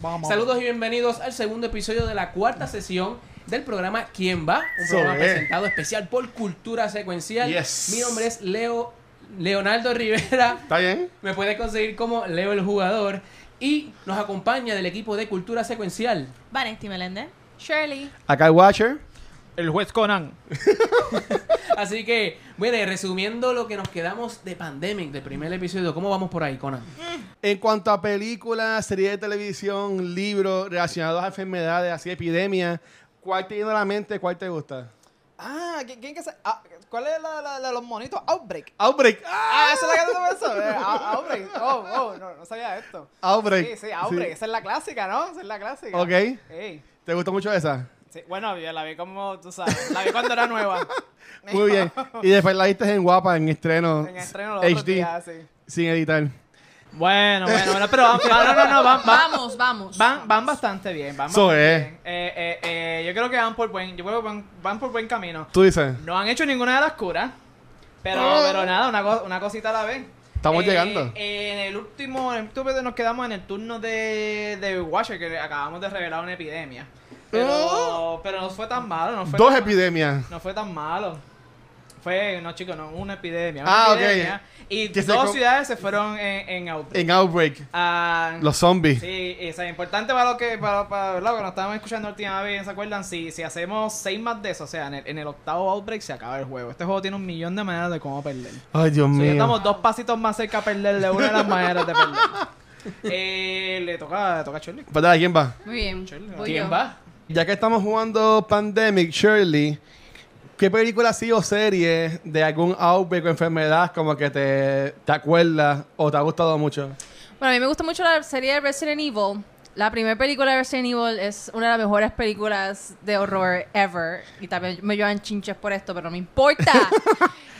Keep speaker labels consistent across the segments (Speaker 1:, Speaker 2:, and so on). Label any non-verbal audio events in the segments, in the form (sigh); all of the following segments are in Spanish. Speaker 1: Vamos.
Speaker 2: Saludos y bienvenidos al segundo episodio de la cuarta sesión del programa ¿Quién va? Un
Speaker 1: Eso
Speaker 2: programa
Speaker 1: es.
Speaker 2: presentado especial por Cultura Secuencial.
Speaker 1: Yes.
Speaker 2: Mi nombre es Leo Leonardo Rivera.
Speaker 1: ¿Está bien?
Speaker 2: Me puede conseguir como Leo el jugador y nos acompaña del equipo de Cultura Secuencial.
Speaker 3: Vanesti Melende. Shirley.
Speaker 1: Acá el Watcher.
Speaker 4: El juez Conan.
Speaker 2: Así que, bueno, y resumiendo lo que nos quedamos de Pandemic, del primer episodio, ¿cómo vamos por ahí, Conan?
Speaker 1: En cuanto a películas, series de televisión, libros relacionados a enfermedades, así epidemias, ¿cuál te viene a la mente? ¿Cuál te gusta?
Speaker 5: Ah, ¿quién, quién que se, ah, ¿cuál es la, la, la de los monitos? Outbreak.
Speaker 1: Outbreak.
Speaker 5: Ah, esa es la que tú pensas. Eh, ah, Outbreak. Oh, oh, no, no sabía esto.
Speaker 1: Outbreak.
Speaker 5: Sí, sí, Outbreak. Esa es la clásica, ¿no? Esa es la clásica.
Speaker 1: Ok.
Speaker 5: Ey,
Speaker 1: ¿Te gustó mucho esa?
Speaker 5: sí. Bueno, yo la vi como, tú sabes, la vi cuando era nueva.
Speaker 1: Muy bien. Y después la viste en guapa, en estreno.
Speaker 5: En estreno los otros
Speaker 1: HD,
Speaker 5: días, sí.
Speaker 1: sin editar.
Speaker 4: Bueno, bueno, bueno, pero van, van- no, no,
Speaker 2: Ah,
Speaker 4: no, van, van,
Speaker 3: Vamos, vamos.
Speaker 4: van, van bastante bien. Van
Speaker 1: Eso
Speaker 4: bastante
Speaker 1: es.
Speaker 4: bien. Eh, eh, eh, yo creo que van por buen, yo creo que van, van por buen camino.
Speaker 1: Tú dices,
Speaker 4: No han hecho ninguna de las curas, pero, pero nada, una, co- una cosita a la vez.
Speaker 1: estamos
Speaker 4: Eh,
Speaker 1: llegando.
Speaker 4: eh, en el último, en el último episodio nos quedamos en el turno de, de Watcher, que acabamos de revelar una epidemia. Pero, pero no fue tan malo, no fue
Speaker 1: Dos
Speaker 4: tan malo.
Speaker 1: epidemias.
Speaker 4: No fue tan malo. Fue, no chicos, no, una epidemia.
Speaker 1: Ah,
Speaker 4: una
Speaker 1: ok.
Speaker 4: epidemia. Y
Speaker 1: Que se
Speaker 4: dos
Speaker 1: con-
Speaker 4: ciudades se fueron en, en outbreak.
Speaker 1: En Outbreak,
Speaker 4: Ah,
Speaker 1: los zombies.
Speaker 4: Sí, eso es importante para lo que, para, para ¿verdad? lo que nos estábamos escuchando la última vez, ¿se acuerdan? Si, si hacemos seis más de eso, o sea, en el, en el octavo outbreak se acaba el juego. Este juego tiene un millón de maneras de cómo perder.
Speaker 1: Ay, Dios
Speaker 4: O sea, ya
Speaker 1: mío.
Speaker 4: estamos dos pasitos más cerca a perderle una de las maneras de perder.
Speaker 3: (laughs)
Speaker 4: Eh, le toca, le toca a Shirley.
Speaker 1: Espérate, ¿quién va?
Speaker 3: Muy bien.
Speaker 4: Shirley,
Speaker 3: Voy
Speaker 2: ¿Quién
Speaker 3: yo.
Speaker 2: va?
Speaker 1: Ya que estamos jugando Pandemic, Shirley, ¿qué película así o serie de algún outbreak o enfermedad como que te, te acuerdas o te ha gustado mucho?
Speaker 3: Bueno, a mí me gusta mucho la serie de Resident Evil. La primera película de Resident Evil es una de las mejores películas de horror ever. Y también me llevan chinches por esto, pero no
Speaker 2: (laughs)
Speaker 3: me importa.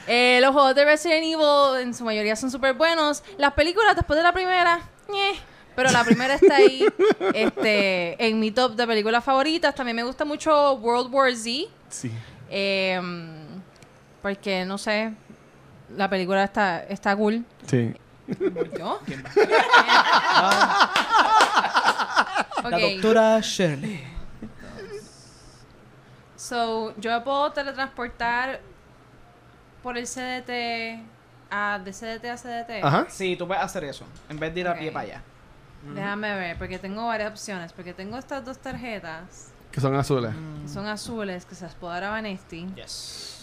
Speaker 3: Eh, los juegos de Resident Evil en su mayoría son súper buenos. Las películas después de la primera, ñeh, pero la primera
Speaker 2: (laughs)
Speaker 3: está ahí este, en mi top de películas favoritas. También me gusta mucho World War Z.
Speaker 1: Sí.
Speaker 3: em, porque, no sé, la película está, está cool.
Speaker 1: Sí.
Speaker 3: ¿Yo? (laughs)
Speaker 4: La
Speaker 3: ok,
Speaker 4: doctora Shirley.
Speaker 3: so, yo me puedo teletransportar por el CDT a, de CDT a CDT.
Speaker 1: Ajá.
Speaker 4: Sí, tú puedes hacer eso, en vez de ir
Speaker 3: Ok.
Speaker 4: a pie para allá.
Speaker 3: Mm. Déjame ver, porque tengo varias opciones. Porque tengo estas dos tarjetas
Speaker 1: Que son azules.
Speaker 3: que
Speaker 4: Mm.
Speaker 3: son azules que se las puedo dar a Vanesti.
Speaker 4: Yes.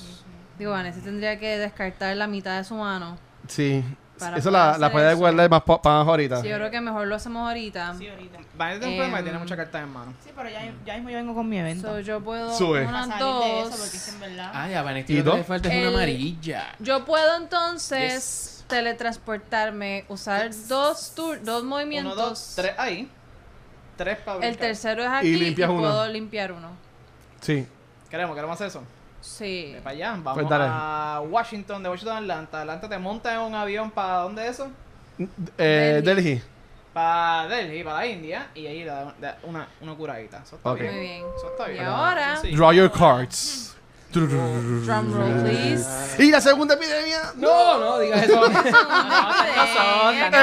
Speaker 3: Digo, Vanesti tendría que descartar la mitad de su mano.
Speaker 1: Sí.
Speaker 3: Para
Speaker 1: Eso
Speaker 3: poder
Speaker 1: la,
Speaker 3: hacer
Speaker 1: la puedes
Speaker 3: eso.
Speaker 1: guardar más po- para más ahorita.
Speaker 3: Sí, yo creo que mejor lo hacemos ahorita.
Speaker 6: Sí, ahorita.
Speaker 4: Vanessa tiene un problema
Speaker 3: Em.
Speaker 4: que tiene muchas cartas en mano.
Speaker 6: Sí, pero ya, ya mismo yo vengo con mi evento.
Speaker 3: So, yo puedo.
Speaker 1: Sube.
Speaker 3: una,
Speaker 6: Para salir de eso, porque es que
Speaker 3: dos.
Speaker 6: en verdad.
Speaker 2: Ah, ya, Vanetti,
Speaker 1: ¿Y
Speaker 2: lo que
Speaker 1: dos?
Speaker 2: le falta es
Speaker 3: El-
Speaker 2: una amarilla.
Speaker 3: Yo puedo Eh, entonces teletransportarme, usar dos, tur- dos movimientos.
Speaker 4: Uno, dos, tres ahí. Tres para
Speaker 3: El
Speaker 4: brincar.
Speaker 3: tercero es aquí
Speaker 1: Y
Speaker 3: y,
Speaker 1: limpias uno.
Speaker 3: puedo limpiar uno.
Speaker 1: Sí.
Speaker 4: Queremos, queremos hacer eso.
Speaker 3: Sí.
Speaker 4: Ve para allá. Vamos
Speaker 1: Pues dale.
Speaker 4: a Washington, de Washington a Atlanta. Atlanta te monta en un avión para dónde eso?
Speaker 1: Eh,
Speaker 3: Delhi.
Speaker 1: Delhi.
Speaker 4: Para Delhi, para la India. Y ahí da, da una, una curadita. Eso está
Speaker 1: Ok.
Speaker 3: Muy
Speaker 4: bien.
Speaker 3: bien.
Speaker 4: Eso está
Speaker 3: Y
Speaker 4: bien.
Speaker 3: ahora-
Speaker 4: Sí.
Speaker 1: Draw your cards.
Speaker 3: Drum
Speaker 1: (laughs)
Speaker 3: roll, please.
Speaker 1: Y la segunda epidemia.
Speaker 2: No, no digas
Speaker 1: (laughs)
Speaker 2: eso.
Speaker 3: (laughs)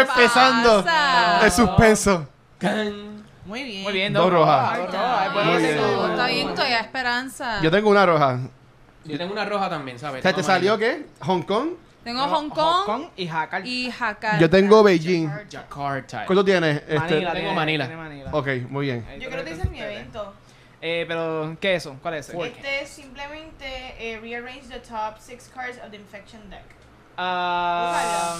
Speaker 1: Empezando.
Speaker 3: Ah.
Speaker 1: El suspenso.
Speaker 2: Can.
Speaker 6: Muy bien.
Speaker 4: Muy bien,
Speaker 1: Dos rojas.
Speaker 4: Dos rojas. Es bueno
Speaker 1: Muy
Speaker 4: que
Speaker 1: bien.
Speaker 4: tengo-
Speaker 3: Está bien, todavía hay esperanza.
Speaker 1: Yo tengo una roja.
Speaker 2: Yo tengo una roja también,
Speaker 1: O
Speaker 2: ¿sabes?
Speaker 1: sea, ¿te
Speaker 2: Tengo amarilla.
Speaker 1: salió qué? Hong Kong.
Speaker 3: Tengo Hong Kong,
Speaker 4: y Jakarta.
Speaker 1: Este,
Speaker 3: y Jakarta.
Speaker 1: Yo tengo Beijing.
Speaker 2: Jakarta.
Speaker 1: ¿Cuánto tienes? Este-
Speaker 4: Manila,
Speaker 2: Tengo
Speaker 4: tiene-
Speaker 2: Manila.
Speaker 4: tiene Manila.
Speaker 1: Ok, muy bien.
Speaker 4: Ahí
Speaker 6: Yo
Speaker 4: te
Speaker 6: creo que
Speaker 4: metes
Speaker 6: ese es mi
Speaker 4: ustedes.
Speaker 6: evento.
Speaker 4: Eh, pero, ¿qué es eso? ¿Cuál es ese?
Speaker 2: Fue.
Speaker 6: Este es simplemente eh, rearrange the top six cards of the infection deck.
Speaker 4: Ah,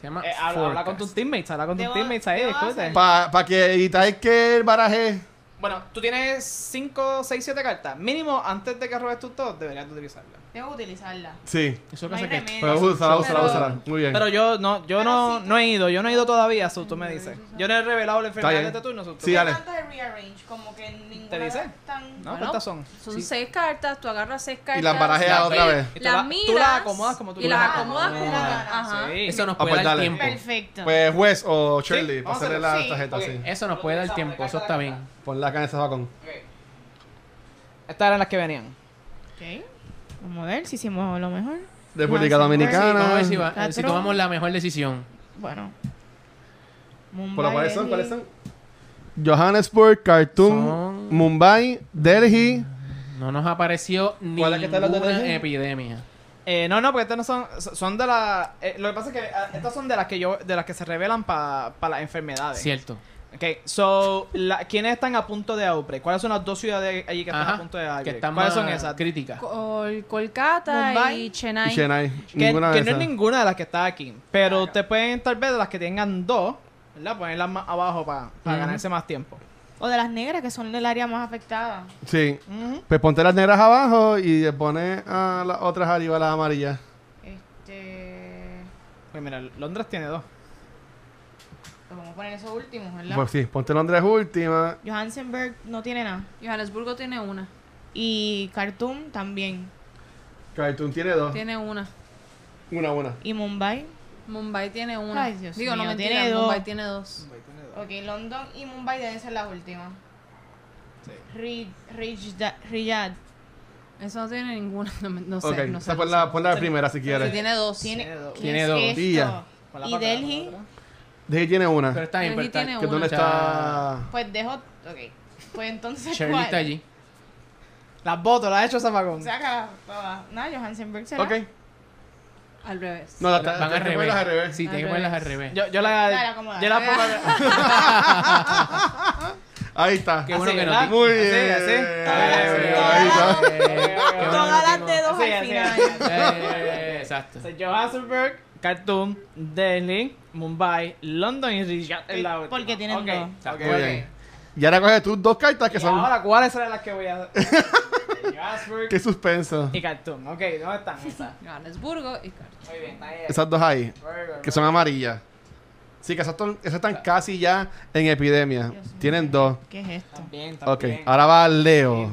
Speaker 2: Se llama
Speaker 4: eh, habla, habla con tus
Speaker 2: Forecast.
Speaker 4: teammates, habla con tus
Speaker 6: Debo-
Speaker 4: teammates ahí,
Speaker 6: debo
Speaker 4: discute.
Speaker 6: hacer-
Speaker 1: Para que evitar que el baraje.
Speaker 4: Bueno, tú tienes 5, 6, 7 cartas. Mínimo, antes de que robes tus dos, deberías de utilizarla.
Speaker 6: Tengo que utilizarla.
Speaker 1: Sí.
Speaker 2: Eso
Speaker 6: No hay
Speaker 2: pasa que-
Speaker 6: remedio.
Speaker 1: Pues úsala, úsala,
Speaker 3: Pero-
Speaker 1: úsala. Muy bien.
Speaker 4: Pero yo no, yo
Speaker 6: Pero
Speaker 4: no,
Speaker 6: sí tú-
Speaker 4: no he ido, yo no he ido todavía, Su, tú me dices. Yo no he revelado la enfermedad de
Speaker 1: bien.
Speaker 4: este turno, Su. tú-
Speaker 1: Sí,
Speaker 6: ¿Qué
Speaker 1: dale.
Speaker 6: tanto de rearrange? Como que ninguna
Speaker 4: ¿Te dice?
Speaker 6: tan...
Speaker 4: ¿No?
Speaker 3: Bueno.
Speaker 4: ¿Cuántas son?
Speaker 3: Son
Speaker 2: Sí.
Speaker 3: seis cartas, tú agarras seis cartas.
Speaker 1: las barajeas
Speaker 3: y-
Speaker 1: otra vez.
Speaker 4: Y tú la-
Speaker 3: Las
Speaker 4: tú
Speaker 3: miras.
Speaker 4: las acomodas como tú
Speaker 3: Y las
Speaker 4: quieras.
Speaker 3: acomodas como
Speaker 6: Ah,
Speaker 3: Ajá.
Speaker 4: Sí.
Speaker 2: Eso nos
Speaker 1: Ah,
Speaker 2: puede
Speaker 1: pues
Speaker 2: dar
Speaker 1: dale.
Speaker 2: tiempo.
Speaker 6: Perfecto.
Speaker 1: Pues juez o Shirley,
Speaker 4: Sí, vamos a
Speaker 1: pásale
Speaker 4: hacerlo.
Speaker 1: la
Speaker 6: Sí,
Speaker 1: tarjeta
Speaker 4: ok.
Speaker 1: así.
Speaker 2: Eso nos puede dar tiempo. Eso está bien.
Speaker 1: Ponla acá en ese vacón.
Speaker 4: Estas eran las que venían.
Speaker 6: Ok. Vamos a ver si hicimos lo mejor.
Speaker 1: República
Speaker 6: Ah, sí,
Speaker 2: Sí, vamos a
Speaker 1: Dominicana.
Speaker 2: ver si, va- eh, si
Speaker 6: Cuatro.
Speaker 2: tomamos la mejor decisión.
Speaker 6: Bueno. Mumbai,
Speaker 1: ¿Por cuáles son?
Speaker 6: Delhi.
Speaker 1: ¿Cuáles son? Johannesburg, Khartoum,
Speaker 2: Son-
Speaker 1: Mumbai, Delhi.
Speaker 2: No nos apareció
Speaker 1: ¿Cuál es que está en la
Speaker 2: ninguna
Speaker 1: tele?
Speaker 2: epidemia.
Speaker 4: Eh, no, no, porque estas no son. Son de las. lo que pasa es que ah, estas son de las que yo. De las que se revelan para las enfermedades.
Speaker 2: Cierto.
Speaker 4: Ok, so. la- ¿Quiénes están a punto de outbreak? ¿Cuáles son las dos ciudades allí que están a
Speaker 2: Ajá,
Speaker 4: punto de outbreak?
Speaker 2: que están
Speaker 4: ¿Cuáles
Speaker 2: más
Speaker 4: son esas? Que,
Speaker 2: críticas.
Speaker 3: Col- Colcata
Speaker 4: Mumbai.
Speaker 3: y Chennai.
Speaker 1: Y Chennai.
Speaker 4: que
Speaker 1: Ninguna de
Speaker 4: no es
Speaker 1: esas.
Speaker 4: ninguna de las que está aquí. Pero
Speaker 6: Ah,
Speaker 4: ustedes pueden tal vez de las que tengan dos, ¿verdad? Ponerlas más abajo para
Speaker 2: Ujú.
Speaker 4: ganarse más tiempo.
Speaker 6: O de las negras, que son el área más afectada.
Speaker 1: Sí.
Speaker 4: Ujú.
Speaker 1: Pues ponte las negras abajo y le pones a las otras arriba las amarillas.
Speaker 6: Este.
Speaker 4: Pues mira, Londres tiene dos.
Speaker 6: Pues vamos a poner esos últimos, ¿verdad?
Speaker 1: Pues sí, ponte Londres última.
Speaker 6: Johannesburg no tiene nada.
Speaker 3: Johannesburgo tiene una.
Speaker 6: Y Khartoum también.
Speaker 1: Khartoum tiene dos.
Speaker 3: Tiene una.
Speaker 1: Una, una.
Speaker 6: Y Mumbai.
Speaker 3: Mumbai tiene una.
Speaker 6: Ay, Dios
Speaker 3: Digo, no
Speaker 6: mío,
Speaker 3: mentira,
Speaker 6: tiene dos.
Speaker 3: Mumbai tiene dos.
Speaker 6: Ok, London y Mumbai deben ser las últimas. Ri- Rijda- Riyadh
Speaker 3: Eso no tiene ninguna. (laughs) No, me- no sé,
Speaker 1: ok,
Speaker 3: no
Speaker 1: o
Speaker 3: sé.
Speaker 1: sea,
Speaker 3: no
Speaker 1: pon,
Speaker 3: sé.
Speaker 1: la, pon la primera si
Speaker 3: Sí,
Speaker 1: quieres.
Speaker 3: tiene dos.
Speaker 6: tiene, ¿qué
Speaker 2: Tiene
Speaker 6: es
Speaker 2: dos.
Speaker 6: esto?
Speaker 1: Y ya.
Speaker 4: Ponla
Speaker 6: Y
Speaker 4: para atrás,
Speaker 6: Delhi.
Speaker 4: ponla para atrás.
Speaker 1: Delhi tiene una.
Speaker 2: Pero está bien, pero
Speaker 3: Pero sí
Speaker 2: está-
Speaker 3: tiene
Speaker 1: ¿Que
Speaker 3: una.
Speaker 1: ¿Dónde está?
Speaker 6: Pues dejo. Ok. Pues entonces.
Speaker 2: Shirley
Speaker 6: ¿cuál?
Speaker 2: está allí.
Speaker 4: Las voto, las he hecho zapagón.
Speaker 6: Saca para abajo. Nada, Johansenberg será.
Speaker 1: Ok.
Speaker 3: Al revés.
Speaker 1: No, la,
Speaker 2: Van
Speaker 1: la-
Speaker 2: al
Speaker 1: te pones
Speaker 2: revés.
Speaker 1: al revés.
Speaker 2: Sí, tiene que
Speaker 3: Al
Speaker 2: ponerlas al
Speaker 3: revés.
Speaker 2: revés.
Speaker 4: Yo, yo la.
Speaker 6: Dale, acomoda.
Speaker 4: yo la pongo.
Speaker 1: Ahí está.
Speaker 2: Qué bueno
Speaker 4: Así,
Speaker 2: que no.
Speaker 4: ¿verdad?
Speaker 2: te-
Speaker 1: Muy
Speaker 4: Así,
Speaker 1: bien.
Speaker 4: así.
Speaker 1: Eh,
Speaker 6: Todas
Speaker 1: ahí está.
Speaker 6: las-
Speaker 2: Eh, Qué bueno
Speaker 6: Todas
Speaker 2: que
Speaker 6: las
Speaker 2: no.
Speaker 6: dedos
Speaker 4: Sí,
Speaker 6: al
Speaker 4: sí.
Speaker 6: final.
Speaker 2: Eh, Exacto.
Speaker 4: So, Johannesburg, Khartoum, Delhi, Mumbai, London y Riyadh es la última.
Speaker 6: Porque tienen
Speaker 4: Ok,
Speaker 6: dos.
Speaker 4: está
Speaker 1: Muy
Speaker 4: bien.
Speaker 1: bien. Y ahora coges tus dos cartas que
Speaker 4: Y
Speaker 1: son.
Speaker 4: ahora, ¿cuáles serán las que voy a
Speaker 1: (laughs)
Speaker 4: Johannesburg
Speaker 1: Qué suspenso.
Speaker 4: y Khartoum. Ok, ¿dónde están esas?
Speaker 3: Johannesburgo y Khartoum.
Speaker 4: Muy bien, está ahí.
Speaker 1: Esas dos ahí,
Speaker 4: Very good,
Speaker 1: que son amarillas. Sí, que esas, están- esas están casi ya en epidemia. Tienen dos.
Speaker 6: ¿Qué es esto?
Speaker 4: También,
Speaker 1: Ok,
Speaker 4: también.
Speaker 1: ahora va Leo,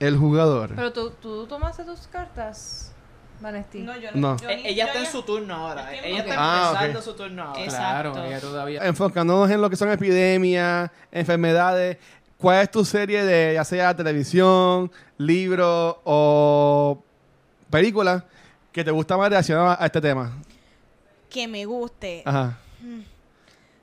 Speaker 1: el jugador.
Speaker 3: Pero tú, tú tomaste tus cartas, Vanesti.
Speaker 6: No, yo
Speaker 1: No.
Speaker 6: no.
Speaker 4: Eh, ella está en su turno ahora.
Speaker 6: Estoy
Speaker 4: Ella está
Speaker 1: muy- Ah, ok.
Speaker 4: empezando su turno ahora.
Speaker 6: Exacto.
Speaker 2: Claro, ella todavía.
Speaker 1: Enfocándonos en lo que son epidemias, enfermedades. ¿Cuál es tu serie de, ya sea televisión, libro o película, que te gusta más relacionada a este tema?
Speaker 6: Que me guste.
Speaker 1: Ajá.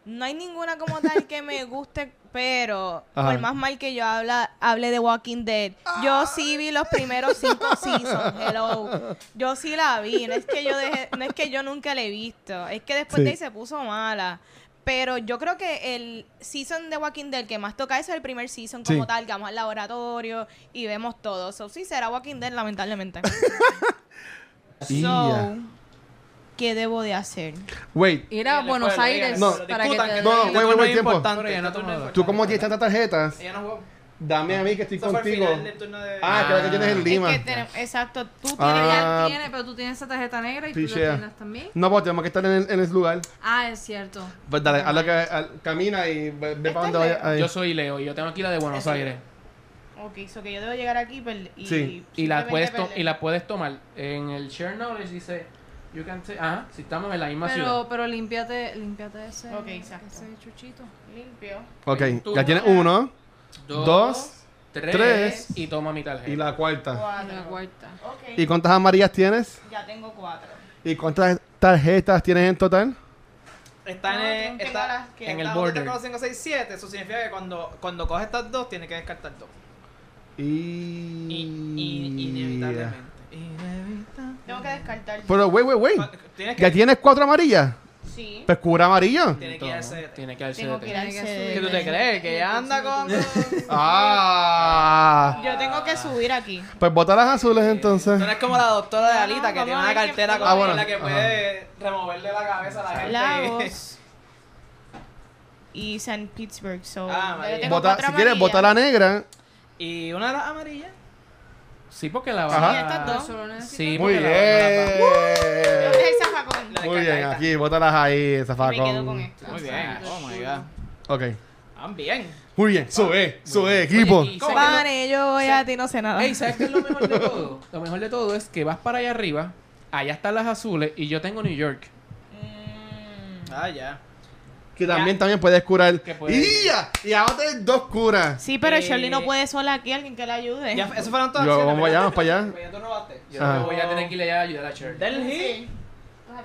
Speaker 6: No hay ninguna como tal que me guste, pero
Speaker 1: Ajá.
Speaker 6: por más mal que yo habla, hable de Walking Dead, yo sí vi los primeros cinco
Speaker 1: (laughs)
Speaker 6: seasons, hello. Yo sí la vi, no es que yo dejé- no es que yo nunca la he visto, es que después
Speaker 1: Sí.
Speaker 6: de ahí se puso mala. Pero yo creo que el season de Walking Dead que más toca eso es el primer season como
Speaker 1: Sí.
Speaker 6: tal, que vamos al laboratorio y vemos todo. So sí será Walking Dead, lamentablemente.
Speaker 1: (laughs) Y
Speaker 6: so,
Speaker 1: ya.
Speaker 6: ¿qué debo de hacer?
Speaker 1: Wait,
Speaker 3: Ir a
Speaker 4: Ella le
Speaker 3: Buenos
Speaker 4: puede, ella
Speaker 3: Aires
Speaker 4: le
Speaker 1: No.
Speaker 4: puede.
Speaker 3: para que
Speaker 4: Discutan,
Speaker 3: te
Speaker 1: no,
Speaker 4: este
Speaker 1: wait,
Speaker 3: den-
Speaker 1: wait,
Speaker 4: turno
Speaker 1: wait,
Speaker 4: es
Speaker 1: tiempo.
Speaker 4: importante,
Speaker 2: Pero ella no
Speaker 4: este turno
Speaker 2: tomó
Speaker 4: es
Speaker 2: dos.
Speaker 1: tú como
Speaker 4: importante.
Speaker 1: tienes tantas tarjetas,
Speaker 4: Ella no jugó.
Speaker 1: dame a mí que estoy
Speaker 4: Eso fue al
Speaker 1: contigo.
Speaker 4: final del turno de-
Speaker 1: Ah, que la que tienes es
Speaker 2: Ah.
Speaker 1: Lima.
Speaker 6: Es que tenemos- exacto, tú tienes
Speaker 3: Pero
Speaker 1: Ah,
Speaker 3: ella tiene, pero tú tienes esa tarjeta negra y tú
Speaker 1: pichea.
Speaker 3: la tienes también.
Speaker 1: No, pues tenemos que estar en el, en el lugar.
Speaker 3: Ah, es cierto.
Speaker 1: Pues dale, haz lo que, haz- camina y ve, ve para dónde
Speaker 6: Este
Speaker 1: vaya.
Speaker 6: es
Speaker 1: ahí.
Speaker 2: Yo soy Leo y yo tengo aquí la de Buenos Aires.
Speaker 6: Ok, so que yo debo llegar aquí y perle- y,
Speaker 1: Sí.
Speaker 2: Y la,
Speaker 6: simplemente
Speaker 2: puedes to-
Speaker 6: perle-
Speaker 2: y la puedes tomar. En el Share Knowledge dice. You can take. Ajá, si estamos en la misma ciudad.
Speaker 3: Pero, pero límpiate, límpiate ese,
Speaker 6: Ok, exacto.
Speaker 3: ese chuchito.
Speaker 6: limpio.
Speaker 1: Ok,
Speaker 2: Tú-
Speaker 1: ya tienes uno dos,
Speaker 2: tres,
Speaker 1: tres,
Speaker 2: y toma mi tarjeta.
Speaker 1: y la cuarta.
Speaker 3: Y la
Speaker 6: Cuatro.
Speaker 3: cuarta.
Speaker 6: Ok,
Speaker 1: ¿Y cuántas amarillas tienes?
Speaker 6: ya tengo cuatro.
Speaker 1: ¿Y cuántas tarjetas tienes en total?
Speaker 4: Está en,
Speaker 6: No,
Speaker 4: el-
Speaker 6: tengo
Speaker 4: está-
Speaker 6: las que-
Speaker 2: en el
Speaker 4: está
Speaker 2: border.
Speaker 4: con los 5, 6, 7. Eso significa que cuando, cuando coges estas dos, tienes que descartar dos.
Speaker 1: Y...
Speaker 4: Y,
Speaker 1: Mm,
Speaker 4: y- inevitablemente. Inevitablemente.
Speaker 6: Tengo que descartar.
Speaker 1: Pero, wey, wey, wey.
Speaker 4: Tienes que,
Speaker 1: ¿Ya tienes cuatro amarillas?
Speaker 6: Sí.
Speaker 1: Pues cura
Speaker 2: (laughs)
Speaker 1: amarillo.
Speaker 4: tienes que ir al
Speaker 2: Entonces,
Speaker 4: CDT.
Speaker 2: Tiene que
Speaker 6: Tengo que ir al
Speaker 3: Tiene que
Speaker 6: CD.
Speaker 4: ¿Qué tú
Speaker 3: subir.
Speaker 4: te crees? Que ella anda con.
Speaker 1: Ah.
Speaker 6: Yo tengo que subir aquí.
Speaker 1: Pues bota las azules
Speaker 4: (laughs) Tú
Speaker 1: entonces.
Speaker 4: no eres como la doctora de
Speaker 6: No,
Speaker 4: Alita que
Speaker 6: vamos
Speaker 4: tiene
Speaker 6: a
Speaker 4: una
Speaker 6: ver qué-
Speaker 4: cartera con
Speaker 1: Ah, bueno,
Speaker 4: la que
Speaker 1: ajá.
Speaker 4: puede removerle la cabeza a la
Speaker 1: Ah. (laughs)
Speaker 4: gente.
Speaker 6: Lagos. Y San Pittsburgh, so.
Speaker 4: Ah,
Speaker 6: ya yo
Speaker 4: María.
Speaker 6: tengo
Speaker 1: Bota,
Speaker 6: cuatro
Speaker 1: si quieres, bota la
Speaker 6: amarillas.
Speaker 1: negra.
Speaker 4: (laughs) Y una de las amarillas.
Speaker 2: Sí, porque la
Speaker 1: Ajá.
Speaker 2: va.
Speaker 6: Sí, estas dos.
Speaker 3: Solo necesito-
Speaker 2: Sí,
Speaker 1: Muy
Speaker 2: porque la va- la va-
Speaker 6: Creo que
Speaker 1: bien.
Speaker 6: es el zafacón.
Speaker 4: La-
Speaker 1: Muy
Speaker 4: Ahí
Speaker 1: bien,
Speaker 4: está.
Speaker 1: aquí, bótalas ahí,
Speaker 6: Y me quedo con
Speaker 1: zafacón.
Speaker 6: esto.
Speaker 4: Muy bien.
Speaker 2: Exacto.
Speaker 4: Oh my god.
Speaker 1: Ok.
Speaker 4: Están bien.
Speaker 1: Muy bien, sube, sube,
Speaker 2: Oye,
Speaker 1: equipo.
Speaker 2: y-
Speaker 6: Compadre, yo ya a ti no sé nada.
Speaker 2: Ey, ¿sabes qué es lo mejor de todo? Lo mejor de todo es que vas para allá arriba, allá están las azules y yo tengo New York.
Speaker 6: Mm.
Speaker 4: Ah, ya.
Speaker 1: Que también, también puedes curar.
Speaker 2: Que puede-
Speaker 1: ¡Y ya! Y ahora tienes dos curas.
Speaker 6: Sí, pero
Speaker 4: Eh,
Speaker 6: Shirley no puede sola aquí, alguien que la ayude.
Speaker 4: Ya, eso fueron todas.
Speaker 1: Yo,
Speaker 4: acciones,
Speaker 1: vamos allá,
Speaker 4: ¿verdad?
Speaker 1: vamos para allá.
Speaker 4: Pues ya tú no bates.
Speaker 2: Yo
Speaker 1: Ah.
Speaker 2: voy a tener que ir allá a ayudar a Cher.
Speaker 4: Delhi.
Speaker 2: Voy a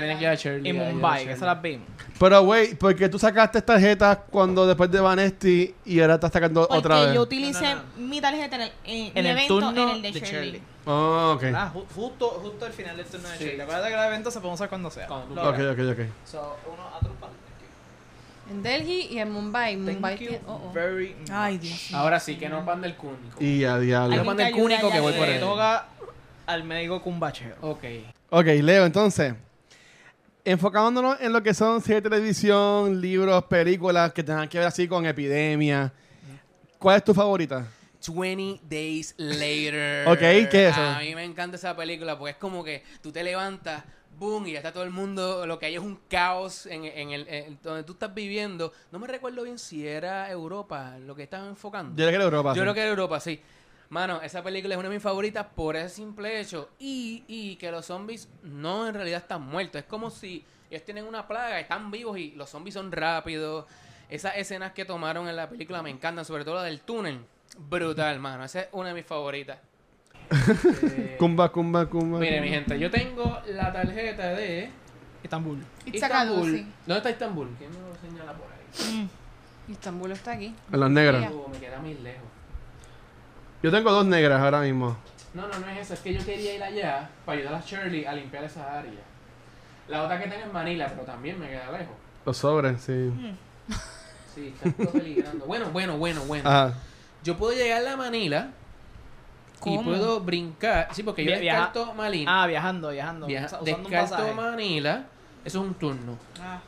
Speaker 2: tener que ir a Shirley.
Speaker 4: Y
Speaker 2: a- a
Speaker 4: Mumbai, que
Speaker 2: Shirley.
Speaker 4: se las vimos.
Speaker 1: Pero, güey, ¿por qué tú sacaste tarjetas cuando después de Vanesti y ahora estás sacando
Speaker 6: Porque
Speaker 1: otra vez?
Speaker 6: yo utilicé mi tarjeta en el, en,
Speaker 4: En
Speaker 6: mi
Speaker 4: el
Speaker 6: evento, en
Speaker 4: turno
Speaker 6: el de
Speaker 4: de
Speaker 6: Shirley.
Speaker 4: Shirley.
Speaker 1: Ah, ok.
Speaker 4: Ah, ju- justo, justo al final del turno de
Speaker 2: Sí.
Speaker 4: Shirley. Acuérdate que los eventos se pueden usar cuando sea.
Speaker 2: Cuando tú
Speaker 4: Lo-
Speaker 1: Ok, ok, ok.
Speaker 4: So, uno a tu parte.
Speaker 3: En Delhi y en Mumbai. Mumbai
Speaker 4: Thank
Speaker 3: tiene.
Speaker 4: you
Speaker 3: oh, oh.
Speaker 4: very much.
Speaker 6: Ay, Dios.
Speaker 2: Ahora sí, que no panda el cúnico.
Speaker 1: Y a
Speaker 2: Ahí
Speaker 1: diablo.
Speaker 2: lo manda el
Speaker 6: Alguien te ayuda
Speaker 2: cúnico que
Speaker 6: ya,
Speaker 2: voy
Speaker 6: ya,
Speaker 2: por
Speaker 4: Le
Speaker 2: él.
Speaker 4: Eh, toca al médico cumbachero.
Speaker 2: Ok.
Speaker 1: Ok, Leo, entonces. Enfocándonos en lo que son series de televisión, libros, películas que tengan que ver así con epidemia. ¿Cuál es tu favorita?
Speaker 2: 20 Days Later.
Speaker 1: Ok, ¿qué es eso?
Speaker 2: A mí me encanta esa película porque es como que tú te levantas, boom, y ya está todo el mundo. Lo que hay es un caos en, en el en donde tú estás viviendo. No me recuerdo bien si era Europa lo que estaban enfocando.
Speaker 1: Yo creo que era Europa.
Speaker 2: Yo
Speaker 1: sí.
Speaker 2: creo que era Europa, sí. Mano, esa película es una de mis favoritas por ese simple hecho. Y, y que los zombies no en realidad están muertos. Es como si ellos tienen una plaga, están vivos y los zombies son rápidos. Esas escenas que tomaron en la película me encantan, sobre todo la del túnel. Brutal, mano. Esa es una de mis favoritas. Eh,
Speaker 1: Cumba, cumba, cumba.
Speaker 2: mire,
Speaker 1: cumba.
Speaker 2: mi gente, yo tengo la tarjeta de
Speaker 4: Estambul.
Speaker 3: It's a
Speaker 2: Istanbul.
Speaker 3: Caduce.
Speaker 2: ¿Dónde está Istanbul? ¿Quién me lo señala por ahí?
Speaker 3: Istanbul está aquí.
Speaker 1: En las negras.
Speaker 2: Oh, me queda muy lejos.
Speaker 1: Yo tengo dos negras ahora mismo.
Speaker 2: No, no, no es eso. Es que yo quería ir allá para ayudar a Shirley a limpiar esa área. La otra que tengo es Manila, pero también me queda lejos.
Speaker 1: Los sobres, sí.
Speaker 2: Mm. Sí, está todo peligrando. bueno, bueno, bueno, bueno.
Speaker 1: Ajá.
Speaker 2: Yo puedo llegar a Manila y
Speaker 6: ¿Cómo?
Speaker 2: puedo brincar. Sí, porque yo
Speaker 4: Via- viaja-
Speaker 2: descarto Manila.
Speaker 4: Ah, viajando, viajando.
Speaker 2: Viaja-
Speaker 4: usa- usando un
Speaker 2: descarto
Speaker 4: pasaje.
Speaker 2: Manila. Eso es un turno.
Speaker 4: Ah.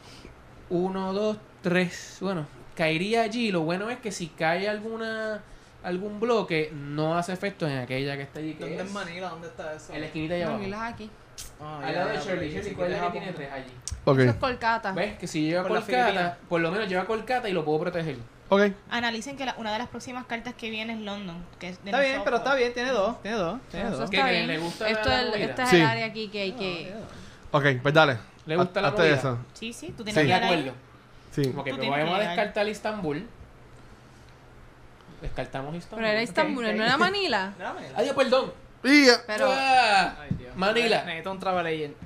Speaker 2: Uno, dos, tres. Bueno, caería allí. Lo bueno es que si cae alguna algún bloque, no hace efecto en aquella que está allí. que
Speaker 4: ¿Dónde
Speaker 2: es
Speaker 4: es Manila? ¿Dónde está eso?
Speaker 2: En la esquinita allá abajo.
Speaker 3: Manila es aquí.
Speaker 4: Ah,
Speaker 2: Al
Speaker 4: ya,
Speaker 2: lado de
Speaker 4: ya,
Speaker 2: Shirley.
Speaker 4: porque
Speaker 2: Shirley,
Speaker 4: si
Speaker 2: ¿cuál es la que
Speaker 4: quieres
Speaker 2: tiene
Speaker 4: Japón.
Speaker 2: tres allí?
Speaker 1: Ok.
Speaker 3: Eso es
Speaker 6: Ah.
Speaker 3: Kolkata.
Speaker 2: ¿Ves? Que si lleva
Speaker 4: Por la
Speaker 2: Kolkata,
Speaker 4: Filipina.
Speaker 2: por lo menos lleva Kolkata y lo puedo proteger.
Speaker 1: Ok.
Speaker 6: Analicen que la- una de las próximas cartas que viene es London. Que es de
Speaker 4: Está bien,
Speaker 6: nosotros.
Speaker 4: pero está bien, tiene dos, tiene dos, tiene
Speaker 3: Eso
Speaker 4: dos.
Speaker 2: ¿Qué,
Speaker 3: está
Speaker 2: que
Speaker 3: bien.
Speaker 2: le gusta
Speaker 3: Esto
Speaker 2: la
Speaker 3: es el-
Speaker 2: movida?
Speaker 3: esta es
Speaker 1: Sí.
Speaker 3: el área aquí que hay
Speaker 4: Oh,
Speaker 3: que.
Speaker 1: Ok, pues dale.
Speaker 2: ¿Le gusta
Speaker 1: Haz-
Speaker 2: la
Speaker 1: hazte
Speaker 2: movida?
Speaker 1: eso.
Speaker 6: Sí, sí, tú tienes
Speaker 2: Estoy de
Speaker 1: Sí.
Speaker 6: que ir ahí.
Speaker 2: acuerdo.
Speaker 1: Sí.
Speaker 2: Ok,
Speaker 6: Tú
Speaker 2: pero
Speaker 6: tienes que
Speaker 2: vamos a
Speaker 6: llegar.
Speaker 2: descartar Istanbul. Descartamos Istanbul.
Speaker 3: Pero era Istanbul,
Speaker 4: ok.
Speaker 3: no era Manila.
Speaker 4: Dámela.
Speaker 2: Adiós, perdón.
Speaker 1: Y ya.
Speaker 3: Pero.
Speaker 2: Ah,
Speaker 4: Ay, Dios.
Speaker 2: Manila.
Speaker 4: (laughs) Necesito un travel agent.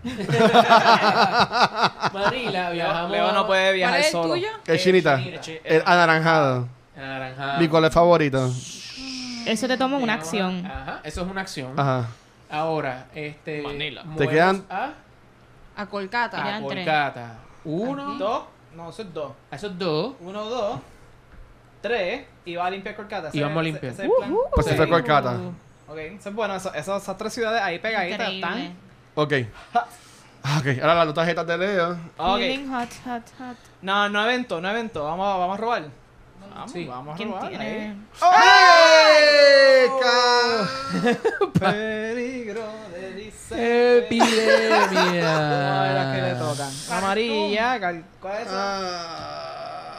Speaker 2: Manila, viajamos.
Speaker 4: Leo no puede viajar
Speaker 3: ¿Cuál es el
Speaker 4: solo.
Speaker 3: tuyo?
Speaker 1: El chinita.
Speaker 2: chinita.
Speaker 1: El anaranjado.
Speaker 2: Naranja.
Speaker 1: Mi color favorito.
Speaker 6: Eso te toma una
Speaker 2: Llegamos a-
Speaker 6: acción.
Speaker 2: Ajá, eso es una acción.
Speaker 1: Ajá.
Speaker 2: Ahora, este.
Speaker 4: Manila.
Speaker 2: movemos
Speaker 1: Te quedan-
Speaker 2: A,
Speaker 3: A Kolkata.
Speaker 2: a
Speaker 4: Ah,
Speaker 6: Quedan tres.
Speaker 2: Kolkata. Uno. Dos.
Speaker 4: Dos. No, eso es dos.
Speaker 2: A esos dos.
Speaker 4: Uno, dos. Tres. Y va a limpiar Uh-huh. Kolkata. Ese
Speaker 2: Y vamos a
Speaker 4: es-
Speaker 2: limpiar.
Speaker 4: ese es el plan.
Speaker 1: Pues se
Speaker 4: Sí.
Speaker 1: fue Kolkata.
Speaker 3: uh,
Speaker 4: Ok, eso es bueno. eso- esas, esas tres ciudades ahí pegaditas
Speaker 6: Increíble.
Speaker 4: están.
Speaker 1: Ok. Ah, Ok, ahora las dos tarjetas de Leo.
Speaker 4: Ah, Ok.
Speaker 6: Feeling hot, hot, hot.
Speaker 4: No, no evento, no evento. Vamos, a- vamos a robar. Vamos,
Speaker 2: Sí.
Speaker 4: vamos a
Speaker 6: ¿Quién
Speaker 4: robar.
Speaker 6: tiene?
Speaker 4: ahí.
Speaker 1: ¡Oh! ¡Ey! Ca-
Speaker 4: Peligro de
Speaker 2: Eh, (laughs)
Speaker 4: dice.
Speaker 2: Epidemia.
Speaker 4: A ver a qué
Speaker 2: Ah.
Speaker 4: le tocan. Amarilla, cal- ¿cuál es esa?
Speaker 1: Ah.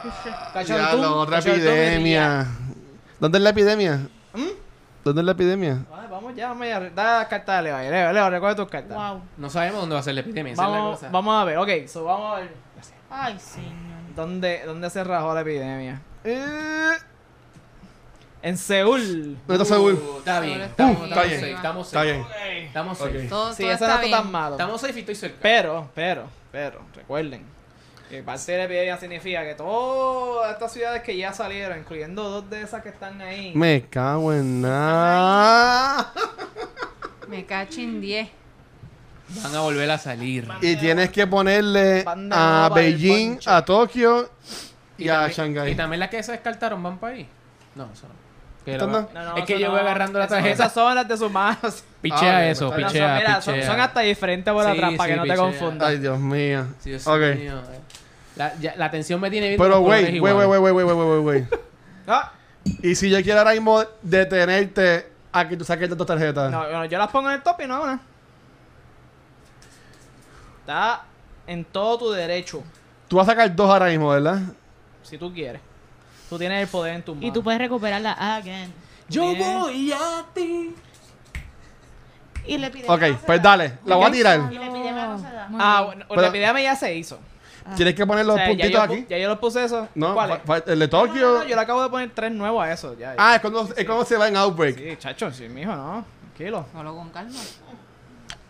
Speaker 4: Cachorro
Speaker 1: Ya,
Speaker 4: tú,
Speaker 1: lo, otra
Speaker 4: cachorro tú,
Speaker 1: epidemia. ¿Mm? ¿Dónde es la epidemia? ¿Dónde es la epidemia?
Speaker 4: Ah, vamos ya, vamos ya. Da las cartas de Leo ahí. Leo, Leo, recuerda tus cartas.
Speaker 6: Wow.
Speaker 2: No sabemos dónde va a ser la epidemia. esa es la
Speaker 4: Vamos,
Speaker 2: cosa.
Speaker 4: vamos a ver, ok, so vamos a ver
Speaker 6: Ay, señor.
Speaker 4: dónde, dónde se rajó la epidemia.
Speaker 1: Eh,
Speaker 4: En Seúl.
Speaker 1: ¿Dónde está Seúl?
Speaker 2: Uh, Está bien.
Speaker 3: Uh,
Speaker 2: Estamos,
Speaker 3: está
Speaker 2: estamos
Speaker 1: bien.
Speaker 2: safe. Estamos
Speaker 1: Está
Speaker 2: safe.
Speaker 1: bien.
Speaker 2: Estamos safe.
Speaker 1: Ok.
Speaker 3: Todo,
Speaker 4: Sí,
Speaker 3: todo
Speaker 4: ese no
Speaker 3: está
Speaker 4: está tan
Speaker 3: bien.
Speaker 4: malo.
Speaker 2: Estamos safe y estoy cerca.
Speaker 4: Pero, pero, pero, recuerden que parte de la epidemia significa que todas estas ciudades que ya salieron, incluyendo dos de esas que están ahí,
Speaker 1: Me cago en nada.
Speaker 3: Me cachin 10.
Speaker 2: Van a volver a salir.
Speaker 1: Y tienes que ponerle
Speaker 4: Banda
Speaker 1: a
Speaker 4: nueva del
Speaker 1: Beijing,
Speaker 4: poncho.
Speaker 1: a Tokio y a
Speaker 2: también- Y
Speaker 1: Shanghai.
Speaker 2: también las que se descartaron van para ahí. No, eso no. Que
Speaker 1: ¿Esto
Speaker 2: lo-
Speaker 1: no?
Speaker 4: No, no,
Speaker 2: es que
Speaker 4: eso
Speaker 2: yo
Speaker 4: no.
Speaker 2: voy agarrando la
Speaker 4: Eso-
Speaker 2: tarjeta.
Speaker 4: Esas son las de sus manos.
Speaker 2: Pichea
Speaker 1: Ah, ok,
Speaker 2: eso,
Speaker 1: pues está bien.
Speaker 2: pichea,
Speaker 4: Mira, son,
Speaker 2: pichea.
Speaker 4: son hasta diferentes por la
Speaker 2: Sí,
Speaker 4: trampa,
Speaker 2: sí,
Speaker 4: que no te
Speaker 2: pichea.
Speaker 4: confundas.
Speaker 1: Ay, Dios mío.
Speaker 2: Sí, Dios
Speaker 1: Ok.
Speaker 2: mío. eh. La, ya- la atención me tiene bien.
Speaker 1: Pero,
Speaker 2: con los colores
Speaker 1: güey, güey, güey,
Speaker 2: iguales.
Speaker 1: güey, güey, güey, güey, güey.
Speaker 4: Ah,
Speaker 1: Y si yo quiero ahora mismo detenerte a que tú saques estas dos tarjetas.
Speaker 4: no, no, yo las pongo en el top y no hago nada. Está en todo tu derecho,
Speaker 1: Tú vas a sacar dos ahora mismo, ¿verdad?
Speaker 4: si tú quieres. Tú tienes el poder en tus manos.
Speaker 6: Y tú puedes recuperarla again.
Speaker 2: Yo
Speaker 4: Bien.
Speaker 2: voy a ti.
Speaker 6: Y le pide
Speaker 1: Ok, pues dale, la voy a tirar.
Speaker 6: Y le pide no se da.
Speaker 4: Ah, bueno,
Speaker 1: Pero-
Speaker 4: la epidemia ya se hizo.
Speaker 1: Tienes que poner los
Speaker 4: O sea, ya,
Speaker 1: puntitos
Speaker 4: yo, pu-
Speaker 1: aquí.
Speaker 4: ya yo los puse eso.
Speaker 1: No,
Speaker 4: ¿Cuál es?
Speaker 1: fa- fa- el de
Speaker 4: No, no,
Speaker 1: Tokio.
Speaker 4: no, yo le acabo de poner tres nuevos a eso. Ya,
Speaker 1: Ah, es cuando, es cuando se va en Outbreak.
Speaker 4: Sí, chacho, sí, mijo, no. Tranquilo.
Speaker 3: Solo con calma.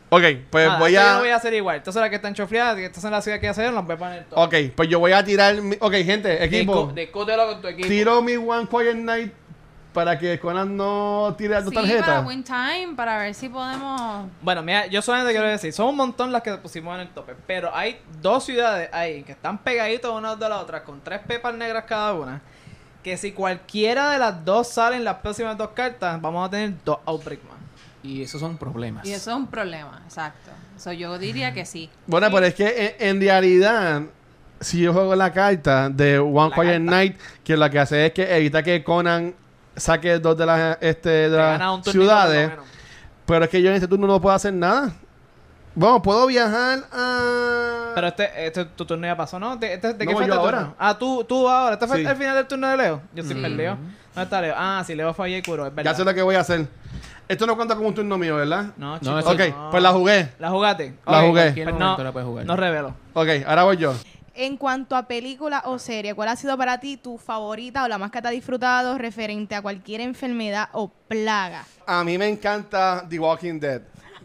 Speaker 1: Ok, pues
Speaker 4: Nada,
Speaker 1: voy
Speaker 4: esto Ah,
Speaker 1: a.
Speaker 4: yo no voy a hacer igual. Entonces la que está enchufleada, que estás en la ciudad que hacer, nos vemos en el top.
Speaker 1: Ok, pues yo voy a tirar. mi- Ok, gente, equipo.
Speaker 2: Discútelo con tu equipo.
Speaker 1: Tiro mi One Quiet Night para que Conan no tire tu
Speaker 3: Sí, para
Speaker 1: tarjeta.
Speaker 3: win time, para ver si podemos...
Speaker 4: Bueno, mira, yo solamente quiero decir, son un montón las que pusimos en el tope, pero hay dos ciudades ahí que están pegaditas unas de las otras con tres pepas negras cada una. Que si cualquiera de las dos salen las próximas dos cartas, vamos a tener dos outbreak más.
Speaker 2: Y esos son problemas.
Speaker 3: Y eso es un problema, exacto. So, yo diría que sí.
Speaker 1: Bueno, pero es que en, en realidad, si yo juego la carta de One
Speaker 2: La
Speaker 1: Quiet
Speaker 2: carta.
Speaker 1: Night, que lo que hace es que evita que Conan saque dos de las, este, de
Speaker 4: Te
Speaker 1: las
Speaker 4: gana un turno
Speaker 1: ciudades.
Speaker 4: por lo menos.
Speaker 1: Pero es que yo en este turno no puedo hacer nada. Vamos, puedo viajar a.
Speaker 4: Pero este, este tu turno ya pasó, ¿no? ¿De, este, de
Speaker 1: No,
Speaker 4: qué fue
Speaker 1: yo
Speaker 4: este
Speaker 1: ahora.
Speaker 4: turno? Ah, tú, tú ahora. ¿Este fue
Speaker 1: Sí.
Speaker 4: el final del turno de Leo? Yo estoy
Speaker 2: Mm.
Speaker 4: perdido. ¿Dónde está Leo? Ah, sí, Leo fue ayer y curó, es verdad.
Speaker 1: ya sé lo que voy a hacer. Esto no cuenta como un turno mío, ¿verdad?
Speaker 4: No,
Speaker 2: No,
Speaker 4: chicos.
Speaker 2: eso
Speaker 1: ok, pues la jugué.
Speaker 4: ¿La jugaste?
Speaker 1: La
Speaker 4: Ok,
Speaker 1: jugué.
Speaker 4: pues
Speaker 2: ¿Quién
Speaker 4: no,
Speaker 2: momento la puedes jugar?
Speaker 4: no revelo.
Speaker 1: Ok, ahora voy yo.
Speaker 6: En cuanto a película o serie, ¿cuál ha sido para ti tu favorita o la más que te ha disfrutado referente a cualquier enfermedad o plaga?
Speaker 1: A mí me encanta The Walking Dead.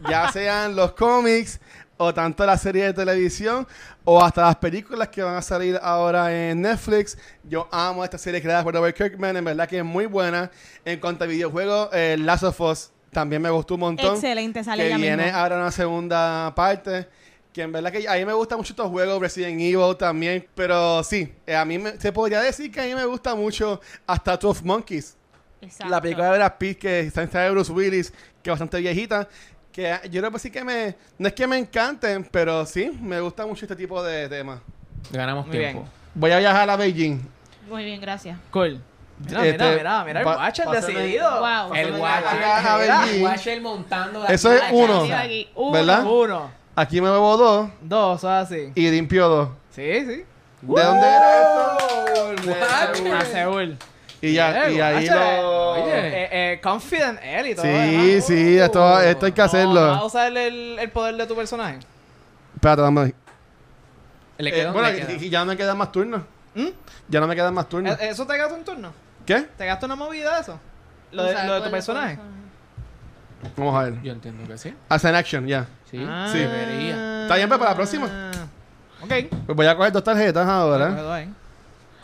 Speaker 1: Ya sean los cómics o tanto la serie de televisión o hasta las películas que van a salir ahora en Netflix. Yo amo esta serie creada por Robert Kirkman. En verdad que es muy buena. En cuanto a videojuegos, eh, Last of Us también me gustó un montón.
Speaker 6: Excelente, sale
Speaker 1: que
Speaker 6: ya
Speaker 1: viene
Speaker 6: mismo.
Speaker 1: ahora una segunda parte. Que en verdad que a mí me gustan mucho estos juegos, Resident Evil también. Pero sí, eh, a mí me- se podría decir que a mí me gusta mucho hasta Two of Monkeys. La película de Brad Pitt que está en de Bruce Willis, que es bastante viejita. Que eh, yo creo que sí que me... No es que me encanten, pero sí, me gusta mucho este tipo de temas.
Speaker 2: Ganamos
Speaker 4: Muy
Speaker 2: tiempo.
Speaker 4: bien.
Speaker 1: Voy a viajar a Beijing.
Speaker 6: Muy bien, gracias.
Speaker 4: Cool. Mira,
Speaker 1: Este,
Speaker 4: mira, mira, mira el
Speaker 1: pa-
Speaker 4: guacho el
Speaker 1: pásame-
Speaker 4: decidido.
Speaker 6: Wow.
Speaker 2: El
Speaker 1: Pásame
Speaker 2: Watcher.
Speaker 1: la caja,
Speaker 2: mira,
Speaker 1: Benji.
Speaker 2: Watcher montando la
Speaker 1: Eso es
Speaker 2: playa.
Speaker 1: uno.
Speaker 2: O sea,
Speaker 6: Aquí, Uh, uno.
Speaker 1: ¿Verdad?
Speaker 4: Uno,
Speaker 1: Aquí me bebo dos
Speaker 4: dos, así.
Speaker 1: y limpio dos.
Speaker 4: Sí, sí.
Speaker 1: ¿De dónde era esto?
Speaker 2: Guacho.
Speaker 4: A Seúl.
Speaker 1: Y, ya, y
Speaker 4: Eh,
Speaker 1: ahí
Speaker 4: guacho,
Speaker 1: lo...
Speaker 4: eh, eh, eh, confident él y todo.
Speaker 2: eh,
Speaker 4: Uh,
Speaker 1: Sí, sí, esto, esto hay que
Speaker 4: ¿Vas a
Speaker 1: hacerlo.
Speaker 4: usar el, el poder de tu personaje?
Speaker 1: Espérate, dame ahí.
Speaker 2: Le
Speaker 1: Eh,
Speaker 2: queda un-
Speaker 1: bueno,
Speaker 2: le Eh, queda.
Speaker 1: y- y ya no me quedan más turnos.
Speaker 4: ¿Mm?
Speaker 1: Ya no me quedan más
Speaker 4: ¿E-
Speaker 1: turnos.
Speaker 4: ¿Eso te gasta un turno?
Speaker 1: ¿Qué?
Speaker 4: ¿Te gasta una movida eso? ¿Lo de, lo de tu personaje?
Speaker 1: Vamos a ver.
Speaker 2: Yo entiendo que sí.
Speaker 1: As an action, ya.
Speaker 2: Sí,
Speaker 4: Ah.
Speaker 1: Sí.
Speaker 2: debería.
Speaker 1: Está bien, pues, para la próxima.
Speaker 4: Ok.
Speaker 1: Pues voy a coger dos tarjetas ahora.
Speaker 4: Puedo ahí.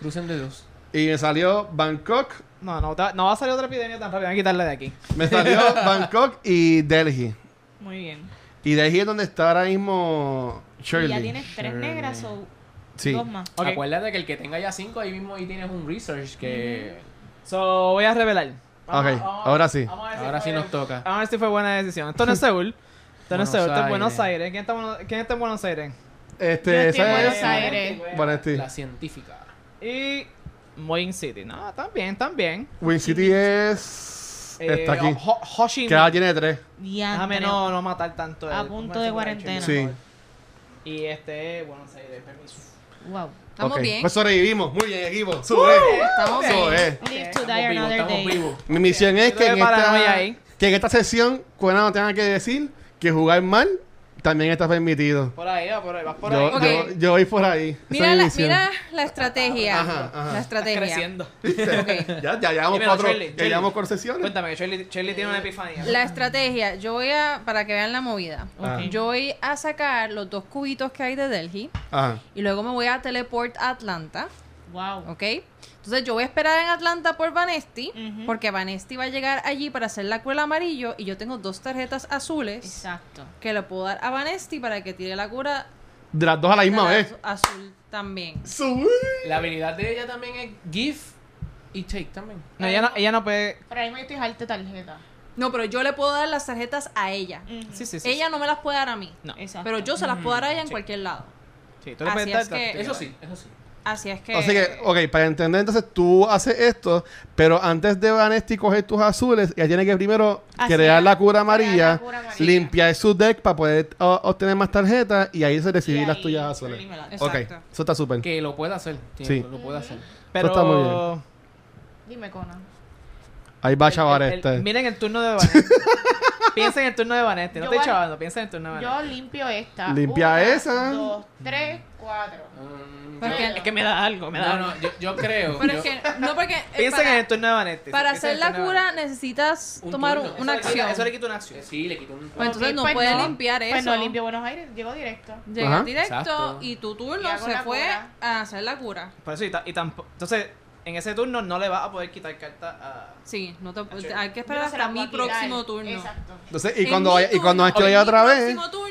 Speaker 2: Crucen de dos.
Speaker 1: Y me salió Bangkok.
Speaker 4: No, no, te- no va a salir otra epidemia tan rápido. Voy a quitarla de aquí.
Speaker 1: Me salió Bangkok y Delhi.
Speaker 6: Muy bien.
Speaker 1: Y Delhi es donde está ahora mismo
Speaker 6: Y
Speaker 1: Shirley.
Speaker 6: ya tienes tres negras o
Speaker 1: sí.
Speaker 6: dos más.
Speaker 1: Ah,
Speaker 4: Ok.
Speaker 1: pues,
Speaker 2: Acuérdate que el que tenga ya cinco, ahí mismo ahí tienes un research que
Speaker 4: So, voy a revelar. Vamos-
Speaker 1: Ok,
Speaker 4: vamos-
Speaker 1: ahora sí.
Speaker 4: vamos a ver si
Speaker 2: ahora sí
Speaker 4: fue-
Speaker 2: nos toca.
Speaker 4: Vamos a ver si fue buena decisión. Esto no es Seúl. Esto no es
Speaker 2: Buenos
Speaker 4: Seúl, esto es
Speaker 2: Aires.
Speaker 4: Buenos Aires. ¿Quién está, en Buenos- quién está en Buenos Aires?
Speaker 6: Yo
Speaker 1: Este,
Speaker 6: estoy en
Speaker 1: ¿sabes?
Speaker 6: Buenos Aires.
Speaker 1: Bueno, sí.
Speaker 2: La científica.
Speaker 4: Y Moin City. No, también, también.
Speaker 1: Win City es.
Speaker 4: Eh,
Speaker 1: está aquí.
Speaker 4: Ho, Ho Chi Minh.
Speaker 1: Que ahora tiene tres.
Speaker 4: Déjame no, no matar tanto.
Speaker 6: A
Speaker 4: el- ¿cómo
Speaker 6: punto de
Speaker 4: se llama?
Speaker 6: cuarentena.
Speaker 1: Sí.
Speaker 4: Y este es Buenos Aires, permiso.
Speaker 6: Wow.
Speaker 3: Estamos
Speaker 1: Ok.
Speaker 3: bien.
Speaker 1: Pues sobrevivimos. Muy bien, equipo. Sube.
Speaker 3: Estamos bien.
Speaker 1: Sube.
Speaker 6: Live to
Speaker 4: Estamos
Speaker 6: die
Speaker 2: Estamos vivos,
Speaker 6: another
Speaker 2: estamos
Speaker 6: day.
Speaker 2: vivos.
Speaker 1: Mi misión es
Speaker 4: Yo
Speaker 1: que
Speaker 4: creo
Speaker 1: en,
Speaker 4: que paranoia
Speaker 1: esta,
Speaker 4: ahí.
Speaker 1: que en esta sesión, Cuena no tenga que decir que jugar mal también está permitido.
Speaker 4: Por ahí, va por ahí, vas por
Speaker 1: Yo,
Speaker 4: ahí.
Speaker 3: Ok.
Speaker 1: yo, yo voy por ahí. Esa es
Speaker 3: Mira
Speaker 1: mi
Speaker 3: la,
Speaker 1: misión.
Speaker 3: mira la estrategia.
Speaker 1: Ajá, ajá.
Speaker 3: La
Speaker 4: Estás
Speaker 3: estrategia.
Speaker 4: creciendo.
Speaker 3: (laughs) Ok.
Speaker 1: (laughs) Ya, ya llevamos
Speaker 4: Dímelo,
Speaker 1: cuatro.
Speaker 4: Shirley,
Speaker 1: ya
Speaker 4: Shirley.
Speaker 1: llevamos cuatro sesiones.
Speaker 4: Cuéntame, que Shirley, Shirley tiene una epifanía.
Speaker 3: La estrategia, yo voy a, para que vean la movida,
Speaker 4: Ah.
Speaker 3: yo voy a sacar los dos cubitos que hay de Delhi
Speaker 1: Ajá.
Speaker 3: y luego me voy a teleport a Atlanta,
Speaker 6: Wow.
Speaker 3: ¿ok? Entonces yo voy a esperar en Atlanta por Vanesti,
Speaker 6: Ujú.
Speaker 3: porque Vanesti va a llegar allí para hacer la cura al amarillo y yo tengo dos tarjetas azules
Speaker 6: Exacto.
Speaker 3: que le puedo dar a Vanesti para que tire la cura
Speaker 1: De las dos a la
Speaker 3: de
Speaker 1: misma
Speaker 3: la
Speaker 1: vez.
Speaker 3: azu- azul también.
Speaker 1: Sube.
Speaker 2: La habilidad de ella también es give y take también.
Speaker 4: No, ella no, ella no puede.
Speaker 6: Pero ahí me dejarte tarjeta.
Speaker 3: No, pero yo le puedo dar las tarjetas a ella.
Speaker 4: Sí, sí, sí.
Speaker 3: Ella no me las puede dar a mí,
Speaker 4: No.
Speaker 6: Exacto.
Speaker 3: pero yo se las puedo dar a ella en cualquier lado.
Speaker 4: Sí, tú le
Speaker 3: Así
Speaker 4: puedes dar
Speaker 3: es que-
Speaker 4: tanto.
Speaker 2: Eso sí, eso sí.
Speaker 3: Así es que...
Speaker 1: Así que, ok, para entender, entonces tú haces esto, pero antes de Vanesti coger tus azules, ella tiene que primero
Speaker 6: Hacer-
Speaker 1: crear la cura
Speaker 6: crear
Speaker 1: amarilla,
Speaker 6: la cura amarilla.
Speaker 1: limpiar su deck para poder o- obtener más tarjetas y ahí se recibir las
Speaker 6: ahí
Speaker 1: tuyas azules.
Speaker 6: me las-
Speaker 1: Ok,
Speaker 3: Exacto.
Speaker 1: eso está súper.
Speaker 2: Que lo pueda hacer.
Speaker 1: Sí.
Speaker 2: Sí. Lo puede hacer.
Speaker 4: Pero.
Speaker 1: está muy bien.
Speaker 6: Dime, Conan.
Speaker 1: Ahí va
Speaker 4: el-
Speaker 1: chaval
Speaker 4: el-
Speaker 1: este. (laughs)
Speaker 4: Miren el turno de Vanessa. Piensa en el turno de Vanetti.
Speaker 7: Yo
Speaker 4: No estoy
Speaker 7: voy-
Speaker 4: chavando, piensa en el turno de Vanetti.
Speaker 7: Yo limpio esta.
Speaker 1: Limpia
Speaker 7: Una,
Speaker 1: esa.
Speaker 7: Dos, tres, cuatro.
Speaker 2: Mm,
Speaker 3: Porque-
Speaker 7: Bueno.
Speaker 4: Es que me da algo, me da
Speaker 2: no, no,
Speaker 4: algo.
Speaker 2: yo, yo creo.
Speaker 3: Pero
Speaker 2: yo-
Speaker 3: es que, no porque... eh,
Speaker 4: (laughs) Piensa
Speaker 3: para-
Speaker 4: en el turno de Vanetti.
Speaker 3: Para
Speaker 4: piensa
Speaker 3: hacer
Speaker 4: en el
Speaker 3: la
Speaker 4: turno de
Speaker 3: cura
Speaker 4: Vanetti.
Speaker 3: necesitas
Speaker 2: Un
Speaker 3: tomar
Speaker 2: turno,
Speaker 3: un-
Speaker 2: eso
Speaker 3: una
Speaker 2: le quita-
Speaker 3: acción.
Speaker 4: Eso le quita una acción.
Speaker 2: que Eh, Sí, le quito un
Speaker 3: Pues entonces
Speaker 7: Ok,
Speaker 3: no
Speaker 7: pues
Speaker 3: puedes
Speaker 7: no.
Speaker 3: limpiar
Speaker 7: Pues
Speaker 3: eso.
Speaker 7: no limpio Buenos Aires, llego directo.
Speaker 3: Llega
Speaker 1: Ajá.
Speaker 3: directo
Speaker 2: Exacto.
Speaker 3: y tu
Speaker 7: Y
Speaker 3: turno
Speaker 7: hago
Speaker 3: se
Speaker 7: la
Speaker 3: fue
Speaker 7: cura.
Speaker 3: a hacer la cura.
Speaker 4: Por eso, y, ta- y tampo- Entonces, en ese turno no le vas a poder quitar carta a.
Speaker 3: Sí, no te,
Speaker 4: chévere.
Speaker 3: hay que
Speaker 7: Yo
Speaker 3: esperar
Speaker 7: no se la
Speaker 3: hasta
Speaker 7: voy a
Speaker 3: mi
Speaker 7: quitar.
Speaker 3: próximo turno.
Speaker 7: Exacto.
Speaker 1: Entonces, y
Speaker 3: En
Speaker 1: cuando,
Speaker 3: mi
Speaker 1: vaya- y
Speaker 3: turno,
Speaker 1: cuando Nacho
Speaker 3: en
Speaker 1: vaya
Speaker 3: mi
Speaker 1: otra vez.
Speaker 3: próximo turno,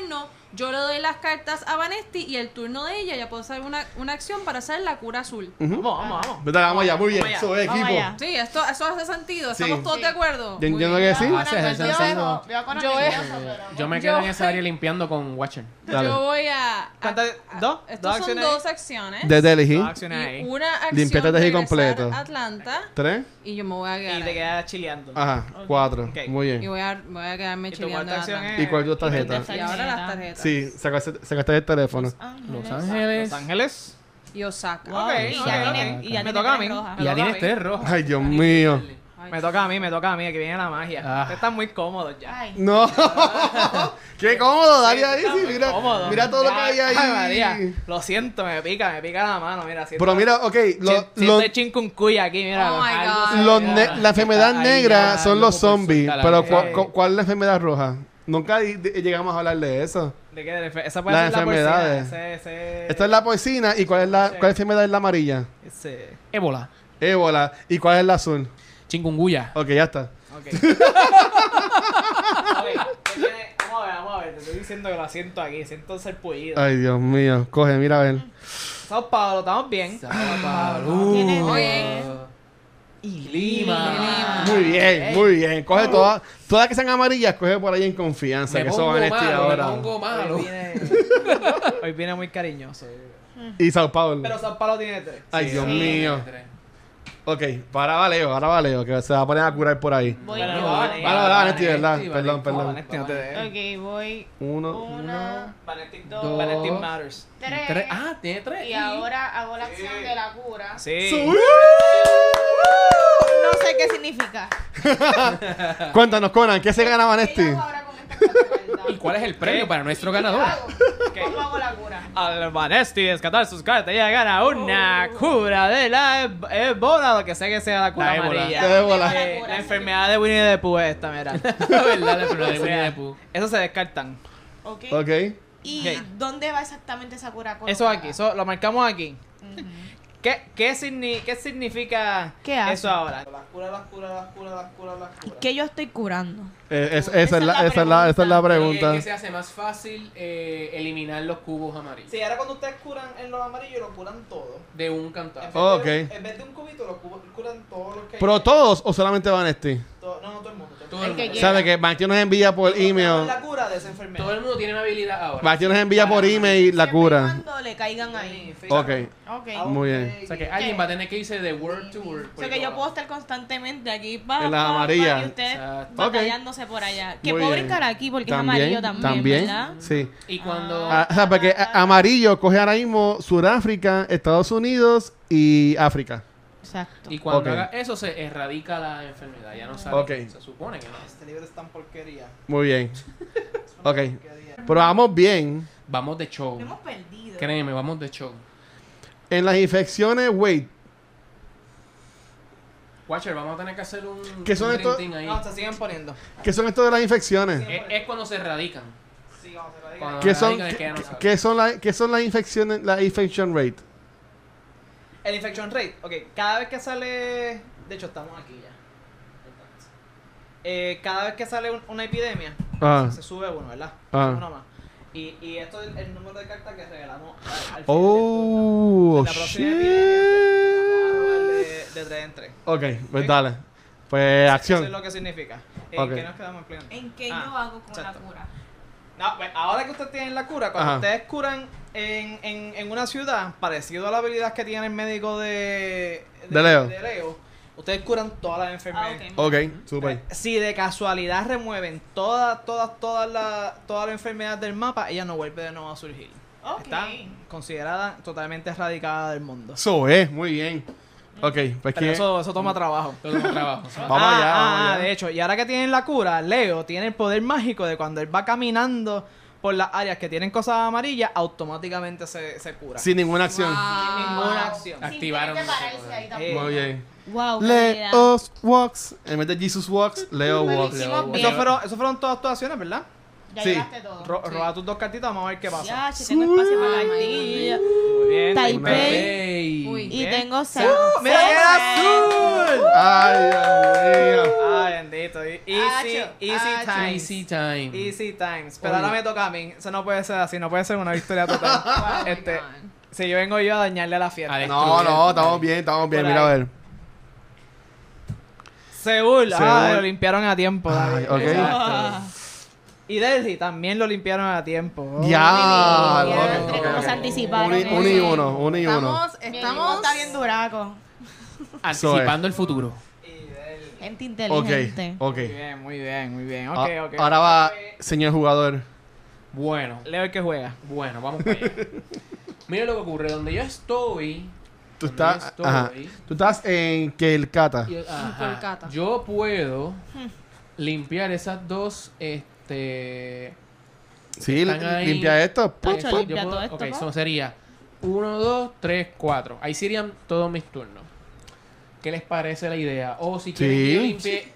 Speaker 3: yo le doy las cartas a Vanesti y el turno de ella ya puedo hacer una, una acción para hacer la cura azul.
Speaker 4: Vamos, vamos, vamos.
Speaker 1: Vete, vamos allá, muy bien.
Speaker 4: Vamos allá,
Speaker 1: Eso es
Speaker 6: vamos
Speaker 1: equipo.
Speaker 6: allá.
Speaker 3: Sí, esto, eso hace sentido.
Speaker 1: Sí.
Speaker 3: ¿Estamos todos
Speaker 7: Sí.
Speaker 3: de acuerdo?
Speaker 1: Yo
Speaker 3: Muy
Speaker 1: entiendo
Speaker 3: bien.
Speaker 1: que sí.
Speaker 6: Ah,
Speaker 7: Yo,
Speaker 2: Haces el
Speaker 7: yo,
Speaker 2: sensando.
Speaker 7: veo con
Speaker 3: Yo-
Speaker 7: nervioso,
Speaker 2: Eh,
Speaker 7: pero-
Speaker 2: yo me
Speaker 3: Yo-
Speaker 2: quedo en esa área limpiando con Watcher.
Speaker 1: Dale.
Speaker 3: Yo ¿eh? voy a... a-
Speaker 4: ¿Cuántas-
Speaker 3: a-
Speaker 4: Ah, dos?
Speaker 3: Ah, Estos
Speaker 4: ¿Dos
Speaker 3: son
Speaker 4: acciones ahí?
Speaker 3: dos acciones.
Speaker 1: Desde elegir.
Speaker 4: Dos acciones
Speaker 3: y
Speaker 4: ahí.
Speaker 3: una acción
Speaker 1: Limpieza de tejido
Speaker 3: regresar
Speaker 1: completo.
Speaker 3: a Atlanta
Speaker 1: Tres.
Speaker 3: y yo me voy a
Speaker 4: Y te
Speaker 3: quedar.
Speaker 4: quedas chileando.
Speaker 1: Ajá. Cuatro.
Speaker 4: Ok.
Speaker 1: Muy
Speaker 3: Y
Speaker 1: bien.
Speaker 3: voy a, voy a quedarme
Speaker 4: Y tu
Speaker 3: chileando.
Speaker 4: cuarta
Speaker 3: en
Speaker 4: acción
Speaker 3: Atlanta.
Speaker 1: ¿Y
Speaker 4: es.
Speaker 1: cuál es tu tarjeta?
Speaker 3: Y ahora las tarjetas.
Speaker 1: Sí, sacaste, sacaste el este teléfono.
Speaker 7: Ah,
Speaker 2: Los
Speaker 4: Los
Speaker 2: Ángeles.
Speaker 4: Ángeles.
Speaker 3: Y Osaka.
Speaker 4: Ok,
Speaker 6: Y ya
Speaker 4: ok,
Speaker 6: tiene-
Speaker 4: ok.
Speaker 6: y ya
Speaker 4: Me
Speaker 6: tiene
Speaker 4: toca a mí.
Speaker 6: tres rojas.
Speaker 4: Me toca
Speaker 2: Ya
Speaker 4: a
Speaker 2: tienes
Speaker 4: mí.
Speaker 1: este?
Speaker 2: tres rojas.
Speaker 1: Ay, Dios mío.
Speaker 3: Ay,
Speaker 4: Me toca a mí, me toca a mí, que viene la magia.
Speaker 2: Ah.
Speaker 4: Ustedes están muy cómodos ya.
Speaker 7: Ay,
Speaker 1: No. (laughs) Qué cómodo, Daria. ahí,
Speaker 4: Están
Speaker 1: sí,
Speaker 4: muy
Speaker 1: mira,
Speaker 4: cómodos.
Speaker 1: mira todo lo que
Speaker 4: Ya,
Speaker 1: hay
Speaker 4: ay, María,
Speaker 1: ahí.
Speaker 4: lo siento, me pica, me pica la mano, mira. Siento,
Speaker 1: Pero mira, ok, lo-
Speaker 4: siento,
Speaker 1: lo-
Speaker 4: el chincuncuya aquí, mira.
Speaker 3: Oh my
Speaker 4: algo
Speaker 3: God.
Speaker 4: se
Speaker 1: los
Speaker 4: me
Speaker 1: ne-
Speaker 4: pega.
Speaker 1: la enfermedad
Speaker 4: Ay,
Speaker 1: negra
Speaker 4: ya,
Speaker 1: son
Speaker 4: loco,
Speaker 1: los
Speaker 4: por
Speaker 1: zombies,
Speaker 2: soltar la
Speaker 1: pero
Speaker 2: mano.
Speaker 1: ¿cuál-
Speaker 4: Eh.
Speaker 1: cu- ¿cuál es la enfermedad roja? Nunca di- di- llegamos a hablar de eso.
Speaker 4: ¿De qué? De- Esa puede
Speaker 1: Las
Speaker 4: ser la porcina.
Speaker 1: enfermedades.
Speaker 4: Ese, ese,
Speaker 1: Esta es la poesina y cuál es la cuál enfermedad es la amarilla?
Speaker 4: Ese.
Speaker 2: Ébola.
Speaker 1: Ébola y cuál es la azul.
Speaker 2: Chingunguya.
Speaker 1: Ok, ya está. (laughs)
Speaker 4: Ok. ok. ¿qué tiene? Vamos a ver, vamos a ver. Te estoy diciendo que lo siento aquí. Siento ser pullido.
Speaker 1: Ay, Dios mío. Coge, mira a ver.
Speaker 4: Sao Paulo, estamos bien.
Speaker 1: Uh.
Speaker 7: tiene-
Speaker 3: Oye.
Speaker 4: Y
Speaker 2: Lima.
Speaker 1: Muy bien, muy bien. Coge todas todas que sean amarillas, coge por ahí en confianza,
Speaker 2: Me
Speaker 1: que eso
Speaker 2: pongo
Speaker 1: va en
Speaker 2: malo,
Speaker 1: ahora.
Speaker 2: me pongo malo.
Speaker 4: Hoy viene, hoy viene muy cariñoso.
Speaker 1: (laughs) Y Sao Paulo.
Speaker 4: Pero Sao Paulo tiene tres.
Speaker 1: Ay, Dios
Speaker 7: sí.
Speaker 1: mío. Ok, para Valeo, ahora Valeo, que se va a poner a curar por ahí.
Speaker 7: voy
Speaker 4: Pero
Speaker 7: yo.
Speaker 4: no
Speaker 1: Vale,
Speaker 4: vale.
Speaker 1: vale, Vanetti,
Speaker 2: Vanetti,
Speaker 1: ¿verdad?
Speaker 2: Vanetti,
Speaker 1: Perdón, perdón.
Speaker 4: Pues Vanetti no te dejes.
Speaker 7: Ok, voy
Speaker 1: Uno,
Speaker 7: una,
Speaker 4: Vanetti
Speaker 2: Dos.
Speaker 4: Vanetti matters.
Speaker 7: tres.
Speaker 2: Tres. Ah, tiene tres.
Speaker 7: Y ahora hago la acción de la cura.
Speaker 4: Sí.
Speaker 6: No sé qué significa.
Speaker 1: Cuéntanos, Conan, ¿qué se gana
Speaker 7: ¿Qué
Speaker 1: Vanesti?
Speaker 7: yo hago ahora con esta carta?
Speaker 2: ¿Y cuál es el premio
Speaker 4: ¿Qué?
Speaker 2: para nuestro
Speaker 7: ¿Qué
Speaker 2: ganador?
Speaker 7: hago? ¿Cómo hago la
Speaker 1: Eh,
Speaker 7: cura?
Speaker 4: Al Vanesti descatar sus cartas y gana una cura de la eb- ébola, lo que sea que sea la cura
Speaker 2: La ébola.
Speaker 4: amarilla.
Speaker 1: La ébola.
Speaker 7: La
Speaker 4: Eh,
Speaker 7: cura,
Speaker 4: la
Speaker 7: sí.
Speaker 4: enfermedad de Winnie the Pooh esta, mira.
Speaker 2: (laughs) La verdad, la
Speaker 4: O
Speaker 2: primera de
Speaker 4: sea,
Speaker 2: Winnie the Pooh.
Speaker 4: Eso se descartan.
Speaker 7: Ok.
Speaker 1: Ok. Eh,
Speaker 7: ¿Y
Speaker 4: Ok.
Speaker 7: dónde va exactamente esa cura?
Speaker 4: Eso aquí, eso lo marcamos aquí. ¿Qué, qué, signi- qué significa
Speaker 6: ¿Qué hace?
Speaker 4: eso ahora? Las curas, las curas, las curas, las curas, las curas.
Speaker 6: Que yo estoy curando.
Speaker 1: Eh, es- esa, es la, esa, es la, esa es
Speaker 2: Creo
Speaker 1: la
Speaker 2: que-
Speaker 1: pregunta.
Speaker 2: que se hace más fácil eh, eliminar los cubos amarillos
Speaker 4: Sí, ahora cuando ustedes curan en los amarillos, lo curan todo.
Speaker 2: de un
Speaker 4: En vez
Speaker 2: cantado.
Speaker 4: de-
Speaker 1: Ok.
Speaker 4: En vez de un cubito, lo cu- curan todos los que hay.
Speaker 1: ¿Pero todos o solamente Vanesti?
Speaker 4: To- no, no, todo el mundo. Todo
Speaker 2: Todo el
Speaker 4: el mundo.
Speaker 7: El que
Speaker 2: mundo,
Speaker 1: O sea, de que Vanesti nos envía por
Speaker 4: Nosotros
Speaker 1: email.
Speaker 4: la cura de esa enfermedad.
Speaker 2: todo el mundo tiene una habilidad ahora.
Speaker 1: Vanesti nos envía por email la
Speaker 6: Siempre y
Speaker 1: cura.
Speaker 6: Cuando le caigan ahí.
Speaker 1: Ok,
Speaker 7: Ok.
Speaker 4: Ah,
Speaker 1: muy bien.
Speaker 2: O sea, que alguien va a tener que irse de word to pues, word.
Speaker 6: O sea que yo puedo estar constantemente aquí pa,
Speaker 1: En las
Speaker 6: pa, pa,
Speaker 1: amarillas.
Speaker 6: y ustedes
Speaker 2: Exacto.
Speaker 6: batallándose por allá. Que
Speaker 1: Muy
Speaker 6: puedo
Speaker 1: bien.
Speaker 6: brincar aquí porque es amarillo también, ¿verdad?
Speaker 1: sí.
Speaker 2: Y cuando...
Speaker 1: Ah, o sea, porque a- amarillo coge ahora mismo Sudáfrica, Estados Unidos y África.
Speaker 6: Exacto.
Speaker 2: Y cuando
Speaker 1: Ok.
Speaker 2: haga eso se erradica la enfermedad, ya no sale.
Speaker 1: Ok.
Speaker 2: Se supone que no.
Speaker 4: Este libro es tan porquería.
Speaker 1: Muy bien. Ok. Pero vamos bien.
Speaker 2: Vamos de show.
Speaker 6: Lo hemos perdido.
Speaker 2: Créeme, vamos de show.
Speaker 1: En las infecciones, wait.
Speaker 2: Watcher, vamos a tener que hacer un,
Speaker 1: ¿Qué son
Speaker 2: un
Speaker 1: estos?
Speaker 2: dream team ahí.
Speaker 4: No, se siguen poniendo.
Speaker 1: ¿Qué son esto de las infecciones?
Speaker 2: es, es cuando se erradican.
Speaker 4: Sí, vamos a ver.
Speaker 2: Cuando
Speaker 1: ¿Qué son,
Speaker 2: erradican es que ya no
Speaker 1: qué-
Speaker 2: saben.
Speaker 1: qué son, la- qué son las infecciones, la infection rate?
Speaker 4: El infection rate. Ok, cada vez que sale. De hecho, estamos aquí ya. Eh, cada vez que sale un- una epidemia,
Speaker 1: Ah.
Speaker 4: se sube uno, ¿verdad?
Speaker 1: Ah.
Speaker 4: Uno más. Y, y esto es el, el número de cartas que regalamos al, al final del
Speaker 1: Oh,
Speaker 4: turno. La
Speaker 1: shit.
Speaker 4: próxima epidemia, vamos a robar de, de tres en tres.
Speaker 1: Ok, pues dale. Pues
Speaker 4: Eso es
Speaker 1: acción.
Speaker 4: lo que significa. ¿En
Speaker 1: Ok.
Speaker 4: qué nos quedamos explicando?
Speaker 6: ¿En qué
Speaker 4: Ah,
Speaker 6: yo hago con
Speaker 4: exacto.
Speaker 6: la cura?
Speaker 4: No, pues, ahora que ustedes tienen la cura, cuando
Speaker 1: Ajá.
Speaker 4: ustedes curan en, en, en una ciudad, parecido a la habilidad que tiene el médico de,
Speaker 1: De Leo.
Speaker 4: ustedes curan todas las
Speaker 6: Ah,
Speaker 4: enfermedades. Pues,
Speaker 6: ok.
Speaker 1: Ok, super.
Speaker 4: Si de casualidad remueven todas, todas, todas las toda la enfermedades del mapa, ella no vuelve de nuevo a surgir.
Speaker 7: Ok.
Speaker 4: Está considerada totalmente erradicada del mundo.
Speaker 1: Eso es, muy bien. Ok, pues
Speaker 4: Pero
Speaker 1: ¿quién-
Speaker 4: eso, eso toma trabajo.
Speaker 2: Todo un
Speaker 1: (laughs)
Speaker 2: trabajo.
Speaker 1: Vamos
Speaker 4: Ah,
Speaker 1: allá,
Speaker 4: ah,
Speaker 1: vamos
Speaker 4: ah,
Speaker 1: allá.
Speaker 4: de hecho, y ahora que tienen la cura, Leo tiene el poder mágico de cuando él va caminando por las áreas que tienen cosas amarillas, automáticamente se, se cura.
Speaker 1: Sin ninguna acción.
Speaker 4: Ninguna acción.
Speaker 7: Activaron.
Speaker 2: Activaron.
Speaker 7: Ah. Sin tener que pararse ahí tampoco.
Speaker 4: Eh,
Speaker 1: Muy bien. oh,
Speaker 6: Wow, calidad.
Speaker 1: Leos walks. En vez de Jesus walks,
Speaker 7: Lo
Speaker 1: Leo walks.
Speaker 7: hicimos
Speaker 2: Leo,
Speaker 7: bien.
Speaker 4: Eso fueron, eso fueron todas actuaciones, ¿verdad?
Speaker 7: Ya
Speaker 1: Sí.
Speaker 7: llevaste todo.
Speaker 4: Ro- Roba tus dos cartitas, vamos a ver qué pasa.
Speaker 6: Ya, che, tengo espacio para la cartilla.
Speaker 4: Muy bien.
Speaker 6: Taipei.
Speaker 4: muy bien.
Speaker 3: Uy.
Speaker 6: Y
Speaker 4: Bien.
Speaker 6: tengo seis.
Speaker 4: ¡Uh! ¡Mira, era azul!
Speaker 1: Ay, Dios mío.
Speaker 4: Ay, bendito. Easy,
Speaker 7: Acho,
Speaker 4: easy
Speaker 7: acho.
Speaker 4: times.
Speaker 2: Easy time.
Speaker 4: Easy times. Pero
Speaker 2: Oye.
Speaker 4: ahora me toca a mí. Eso no puede ser así, no puede ser una
Speaker 7: (laughs)
Speaker 4: victoria total. este, si yo vengo yo a dañarle a la fiesta.
Speaker 2: A ver.
Speaker 1: No, no, estamos bien, estamos bien.
Speaker 4: Por
Speaker 1: Mira a
Speaker 4: ahí.
Speaker 1: ver.
Speaker 4: Seúl, ah,
Speaker 1: Seúl.
Speaker 4: lo limpiaron a tiempo.
Speaker 1: Ay,
Speaker 4: David.
Speaker 1: ok.
Speaker 4: Exacto. Y Delhi también lo limpiaron a tiempo.
Speaker 1: Ya.
Speaker 6: Dios,
Speaker 1: Ah, ok,
Speaker 6: entre
Speaker 1: ok,
Speaker 6: cómo
Speaker 1: ok.
Speaker 6: se anticiparon.
Speaker 1: Un y- un y uno, uno y uno.
Speaker 3: Estamos,
Speaker 7: Mi equipo
Speaker 3: estamos.
Speaker 7: está ¿eh? bien duraco.
Speaker 2: Anticipando el futuro.
Speaker 6: Gente
Speaker 1: Ok,
Speaker 6: inteligente.
Speaker 1: ok.
Speaker 4: Muy bien, muy bien, muy bien. Ok,
Speaker 1: Ah,
Speaker 4: ok.
Speaker 1: Ahora va, señor jugador.
Speaker 2: Bueno,
Speaker 4: Leo el que juega.
Speaker 2: bueno, vamos para allá. Mira lo que ocurre. Donde yo estoy. donde yo
Speaker 1: Tú estás, ajá.
Speaker 2: estoy,
Speaker 1: Tú estás en Kelkata.
Speaker 2: y- ajá,
Speaker 3: Kolkata.
Speaker 2: Yo puedo
Speaker 6: Hmm.
Speaker 2: limpiar esas dos. Este.
Speaker 1: Sí,
Speaker 2: Están ahí.
Speaker 1: limpia esto.
Speaker 6: Ay,
Speaker 2: Ahí
Speaker 6: yo
Speaker 2: está,
Speaker 6: limpia
Speaker 2: yo puedo-
Speaker 6: todo esto,
Speaker 2: ok,
Speaker 6: ¿no?
Speaker 2: eso sería 1, 2, 3, 4. Ahí serían todos mis turnos. ¿Qué les parece la idea? O si quieren que yo
Speaker 1: Sí.
Speaker 2: limpie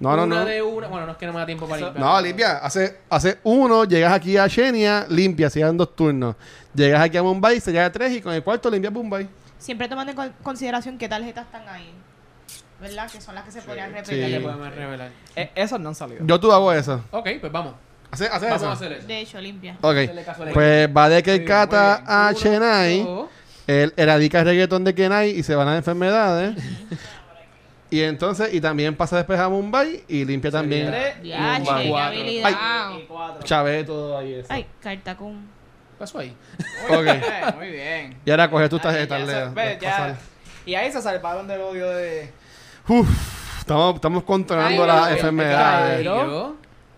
Speaker 1: No, no,
Speaker 2: una
Speaker 1: no.
Speaker 2: de una. Bueno, no es que no me da tiempo para limpiar.
Speaker 1: No, limpia. Hace, hace uno, llegas aquí a Xenia, limpia, se llevan dos turnos. Llegas aquí a Mumbai, se llega a tres y con el cuarto limpia Mumbai.
Speaker 7: Siempre tomando en con- consideración qué tarjetas están ahí. ¿Verdad? Que son las que se podrían
Speaker 2: Ya le
Speaker 1: Sí.
Speaker 7: repetir.
Speaker 2: podemos revelar.
Speaker 4: Eh, esos no han salido.
Speaker 1: Yo tú hago eso.
Speaker 2: Ok, pues vamos.
Speaker 1: Hace, hace
Speaker 2: Vamos
Speaker 1: eso.
Speaker 2: a hacer eso.
Speaker 7: De hecho, limpia.
Speaker 2: Hacerle caso al
Speaker 1: Ok. Pues va de
Speaker 4: Muy
Speaker 1: Kelkata
Speaker 4: bien,
Speaker 1: a Chennai.
Speaker 2: Uno,
Speaker 1: Él erradica el reggaetón de Kenai y se van a enfermedades. y entonces, y también pasa después a Mumbai y limpia también.
Speaker 2: Sería-
Speaker 4: Tres,
Speaker 6: Ya,
Speaker 1: Wow.
Speaker 6: che, qué
Speaker 2: Cuatro.
Speaker 6: habilidad.
Speaker 4: y cuatro.
Speaker 1: Chave todo ahí. Eso.
Speaker 6: Ay, cartacún.
Speaker 2: dos. Pasó ahí.
Speaker 4: Muy
Speaker 1: Ok.
Speaker 4: bien, muy bien.
Speaker 1: Y ahora coges tus
Speaker 4: Ahí
Speaker 1: tarjetas,
Speaker 4: ya se-
Speaker 1: Leo.
Speaker 4: ves, ya.
Speaker 1: Pasar.
Speaker 4: Y ahí se salvaron del odio de.
Speaker 1: Uf, estamos, estamos controlando
Speaker 3: Cairo.
Speaker 1: las
Speaker 4: Cairo.
Speaker 1: enfermedades.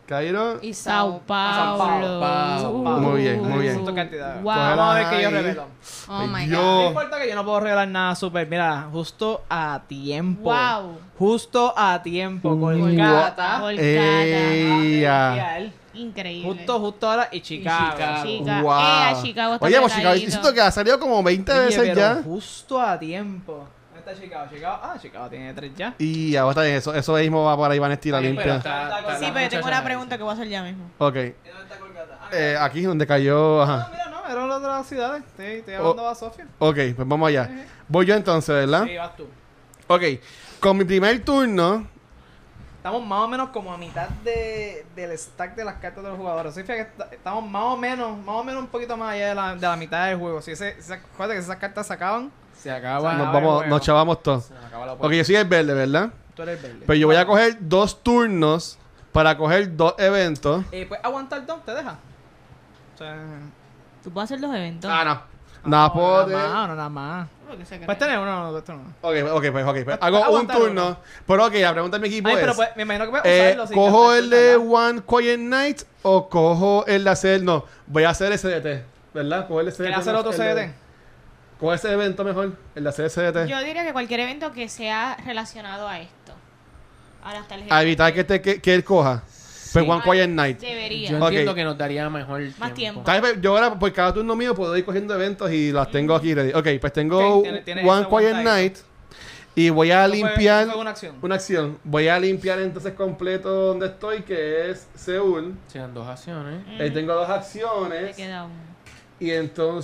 Speaker 1: Cairo.
Speaker 3: Y Sao.
Speaker 6: Sao Paulo.
Speaker 4: Sao
Speaker 2: Paulo.
Speaker 1: Ah,
Speaker 7: Uh.
Speaker 1: Muy bien, muy bien.
Speaker 4: Siento cantidad.
Speaker 6: Wow.
Speaker 4: Vamos a ver
Speaker 1: Ay.
Speaker 4: que yo revelo.
Speaker 3: Oh my god.
Speaker 4: No
Speaker 1: Dios.
Speaker 4: importa que yo no puedo regalar nada super. Mira, justo a tiempo.
Speaker 6: Wow.
Speaker 4: Justo a tiempo.
Speaker 1: Wow.
Speaker 4: Con gata.
Speaker 6: Volcata.
Speaker 1: Ey, Eh, ya.
Speaker 6: Increíble.
Speaker 4: Justo, justo ahora. Y Chicago.
Speaker 2: Chicago.
Speaker 6: Chica.
Speaker 1: Wow.
Speaker 6: Eh, a Chicago está
Speaker 1: Oye, pues Chicago,
Speaker 6: pegadito.
Speaker 1: siento que ha salido como 20
Speaker 4: Oye,
Speaker 1: veces
Speaker 4: pero
Speaker 1: ya.
Speaker 4: Justo a tiempo. ¿Dónde está Chicago? Chicago. Ah, Chicago tiene tres ya.
Speaker 1: Y ya, pues, está bien, eso, eso mismo va para Iván Estira
Speaker 2: Oye, pero
Speaker 1: limpia.
Speaker 2: está- está-
Speaker 7: Sí,
Speaker 2: las
Speaker 7: pero yo
Speaker 2: muchachas
Speaker 7: tengo una
Speaker 2: ahí.
Speaker 7: pregunta que voy a hacer ya mismo.
Speaker 1: Ok.
Speaker 4: ¿Y dónde está Colgata? Ah,
Speaker 1: Eh, aquí es donde cayó.
Speaker 4: No,
Speaker 1: Ajá.
Speaker 4: mira, no, eran las otras ciudades. Estoy, estoy
Speaker 1: Oh.
Speaker 4: hablando a Sofía.
Speaker 1: Ok, pues vamos allá. Voy yo entonces, ¿verdad?
Speaker 4: Sí, vas tú.
Speaker 1: Ok. Con mi primer turno.
Speaker 4: Estamos más o menos como a mitad de, del stack de las cartas de los jugadores. Sí, fíjate, que est- estamos más o menos, más o menos un poquito más allá de la, de la mitad del juego. Si ese, esa- acuérdate que si esas cartas se acaban,
Speaker 2: Se acaba.
Speaker 1: nos
Speaker 4: a ver,
Speaker 1: vamos,
Speaker 4: bueno.
Speaker 1: nos chavamos todos.
Speaker 2: Se nos acaba la
Speaker 1: Ok,
Speaker 2: oportunidad.
Speaker 1: yo soy el verde, ¿verdad?
Speaker 4: tú eres el verde.
Speaker 1: Pero Pues yo voy a coger dos turnos para coger dos eventos.
Speaker 4: Eh, pues aguantar dos, ¿te deja? O sea,
Speaker 6: Tú puedes hacer los eventos.
Speaker 1: Ah, pues, eh. no. Nada, puedo
Speaker 4: no, nada más, no, nada más.
Speaker 7: Porque se
Speaker 4: Puedes tener uno, no, no, esto no.
Speaker 1: Ok, ok, pues, ok. pues, Hago un
Speaker 4: aguantar
Speaker 1: turno. Pero ok, la pregunta de mi equipo
Speaker 4: Ay,
Speaker 1: es...
Speaker 4: pero pues, me imagino que puedes
Speaker 1: Eh,
Speaker 4: usarlo. sin
Speaker 1: cojo
Speaker 4: gastar
Speaker 1: el de
Speaker 4: tus cartas.
Speaker 1: One Quiet Night o cojo el de hacer. No, voy a hacer SDT, ¿verdad? Cojo el SDT.
Speaker 4: ¿Quieres hacer otro
Speaker 1: el de-
Speaker 4: CD?
Speaker 1: Cojo ese evento mejor, el de hacer SDT.
Speaker 7: Yo diría que cualquier evento que sea relacionado a esto. A las tarjetas.
Speaker 1: A evitar que, te, que, que él coja. Pues Ah, One Quiet Night.
Speaker 7: Debería. Mm,
Speaker 2: Yo
Speaker 1: Ok.
Speaker 2: entiendo que nos daría mejor
Speaker 7: Más tiempo.
Speaker 1: Tal vez yo ahora, por cada turno mío, puedo ir cogiendo eventos y las tengo aquí ready. Ok, pues tengo
Speaker 4: Ok, tiene- tiene
Speaker 1: One
Speaker 4: esa
Speaker 1: Quiet
Speaker 4: aguanta ahí.
Speaker 1: Night y voy a
Speaker 4: Eso fue-
Speaker 1: limpiar.
Speaker 4: eso fue una acción.
Speaker 1: Una acción. Voy a limpiar entonces completo donde estoy, que es Seúl.
Speaker 2: Sean dos acciones.
Speaker 1: Ahí tengo dos
Speaker 6: Te
Speaker 1: acciones.
Speaker 6: queda uno.
Speaker 1: Y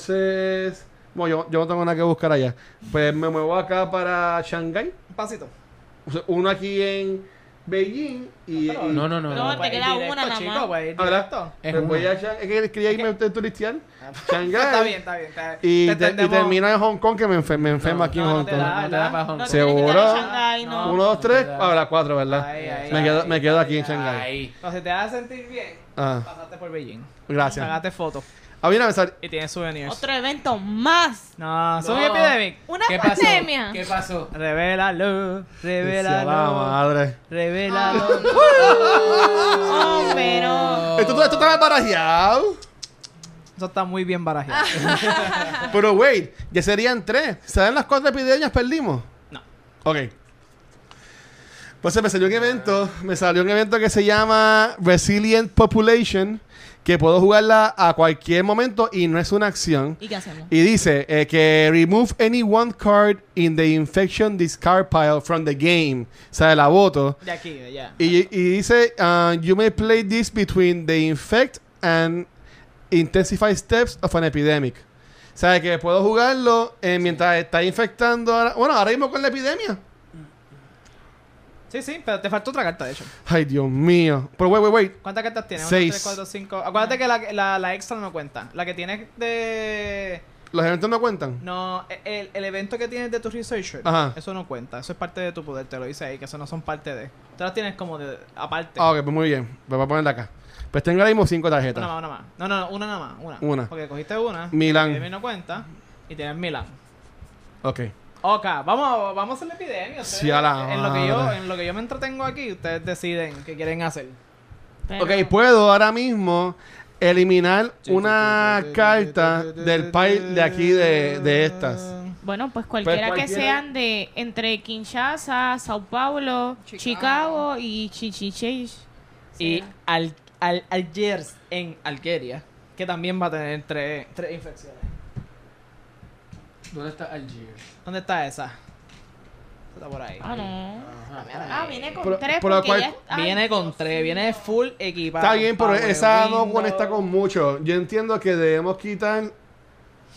Speaker 1: entonces, bueno, yo, yo no tengo nada que buscar allá. Pues me muevo acá para Shanghai.
Speaker 4: Un pasito.
Speaker 1: O sea, uno aquí en Beijing y... y-
Speaker 2: No, no, no.
Speaker 6: No,
Speaker 2: no.
Speaker 6: te queda una nada
Speaker 4: pues, chico,
Speaker 6: más.
Speaker 4: Pues,
Speaker 1: Ahora,
Speaker 4: directo.
Speaker 1: pues
Speaker 2: Es
Speaker 1: voy
Speaker 2: uno.
Speaker 1: a Shanghai. Es que quería irme a usted turistear. Shanghai.
Speaker 4: Ah, pues, Está bien, está bien. Está bien.
Speaker 1: eh, Y,
Speaker 4: Te
Speaker 1: te- y
Speaker 4: entendemos.
Speaker 1: termino en Hong Kong, que me, enfer- me enfermo
Speaker 2: No,
Speaker 1: aquí en
Speaker 4: no, no
Speaker 1: Hong
Speaker 4: te
Speaker 1: Kong.
Speaker 4: da.
Speaker 2: No te da para Hong
Speaker 7: No
Speaker 2: Kong.
Speaker 7: te tienes que estar en
Speaker 1: ¿Seguro?
Speaker 7: Shanghai, no.
Speaker 1: Uno, dos, tres.
Speaker 2: No te da.
Speaker 1: Ahora cuatro, ¿verdad?
Speaker 4: Ahí, ahí,
Speaker 1: me, quedo,
Speaker 2: ahí,
Speaker 1: me quedo aquí en
Speaker 4: ahí.
Speaker 1: Shanghai.
Speaker 2: Ahí.
Speaker 4: No, si te hace sentir bien,
Speaker 1: Ah,
Speaker 4: pasaste por Beijing.
Speaker 1: gracias.
Speaker 4: Pagaste fotos
Speaker 1: Ah, mira, me sal-
Speaker 4: y tienes souvenirs.
Speaker 6: Otro evento más.
Speaker 4: No, son
Speaker 2: No.
Speaker 4: Epidemic.
Speaker 6: Una
Speaker 2: ¿Qué pasó?
Speaker 6: pandemia.
Speaker 2: ¿Qué pasó?
Speaker 4: Revélalo,
Speaker 1: Decía, la
Speaker 4: revélalo,
Speaker 1: madre.
Speaker 4: revélalo.
Speaker 6: Ah. Oh, pero.
Speaker 1: Esto, esto está barajeado.
Speaker 4: Eso está muy bien
Speaker 6: Ah.
Speaker 4: barajeado.
Speaker 1: Pero wait, ya serían tres. ¿Saben las cuatro epidemias perdimos?
Speaker 4: No.
Speaker 1: Ok. Pues me salió un evento, me salió un evento que se llama Resilient Population, que puedo jugarla a cualquier momento y no es una acción.
Speaker 7: ¿Y qué hacemos?
Speaker 1: Y dice eh, que remove any one card in the infection discard pile from the game. O sea, de la voto.
Speaker 4: De aquí, de allá.
Speaker 1: Y, y dice, uh, you may play this between the infect and intensify steps of an epidemic. O sea, que puedo jugarlo eh, mientras está infectando. ahora- bueno, ahora mismo con la epidemia.
Speaker 4: Sí, sí, pero te faltó otra carta, de hecho.
Speaker 1: Ay, Dios mío. Pero wait, wait, wait.
Speaker 4: ¿Cuántas cartas tienes?
Speaker 1: Seis.
Speaker 4: 3, 4, 5. Acuérdate que la, la, la extra no cuenta. La que tienes de.
Speaker 1: ¿Los eventos no cuentan?
Speaker 4: No, e, el, el evento que tienes de tu researcher,
Speaker 1: Ajá.
Speaker 4: eso no cuenta. Eso es parte de tu poder, te lo dice ahí, que eso no son parte de. Tú las tienes como de aparte.
Speaker 1: Ah, ok, pues muy bien. Pues voy a ponerla acá. Pues tengo ahora mismo cinco tarjetas.
Speaker 4: Una más, una más. No, no, no, una nada más. Una.
Speaker 1: Una.
Speaker 4: Porque cogiste una.
Speaker 1: Milán.
Speaker 4: Epidemia no cuenta. Y tienes Milán.
Speaker 1: Ok.
Speaker 4: Ok, vamos a, vamos a hacer la epidemia. ustedes-
Speaker 1: Sí, a la
Speaker 4: en, lo que yo,
Speaker 1: madre.
Speaker 4: en lo que yo me entretengo aquí, ustedes deciden qué quieren hacer.
Speaker 1: Ok, puedo ahora mismo eliminar una carta del pile de aquí de, de estas.
Speaker 7: Bueno, pues cualquiera, que
Speaker 1: cualquiera-
Speaker 7: sean de entre Kinshasa, Sao Paulo, Chicago, y Chichicheis.
Speaker 4: Y al, al, Algiers en Algeria, que también va a tener tres, tres infecciones.
Speaker 2: ¿Dónde está Algiers?
Speaker 4: ¿Dónde está esa? Está por ahí.
Speaker 7: Ah, no.
Speaker 4: Mira,
Speaker 7: Ah, viene con
Speaker 1: Pero-
Speaker 7: tres
Speaker 1: pero
Speaker 7: porque
Speaker 1: cual-
Speaker 7: ya está-
Speaker 4: Viene con tres, viene full equipado.
Speaker 1: Está bien, pero
Speaker 4: Power
Speaker 1: esa no
Speaker 4: window.
Speaker 1: conecta con mucho. Yo entiendo que debemos quitar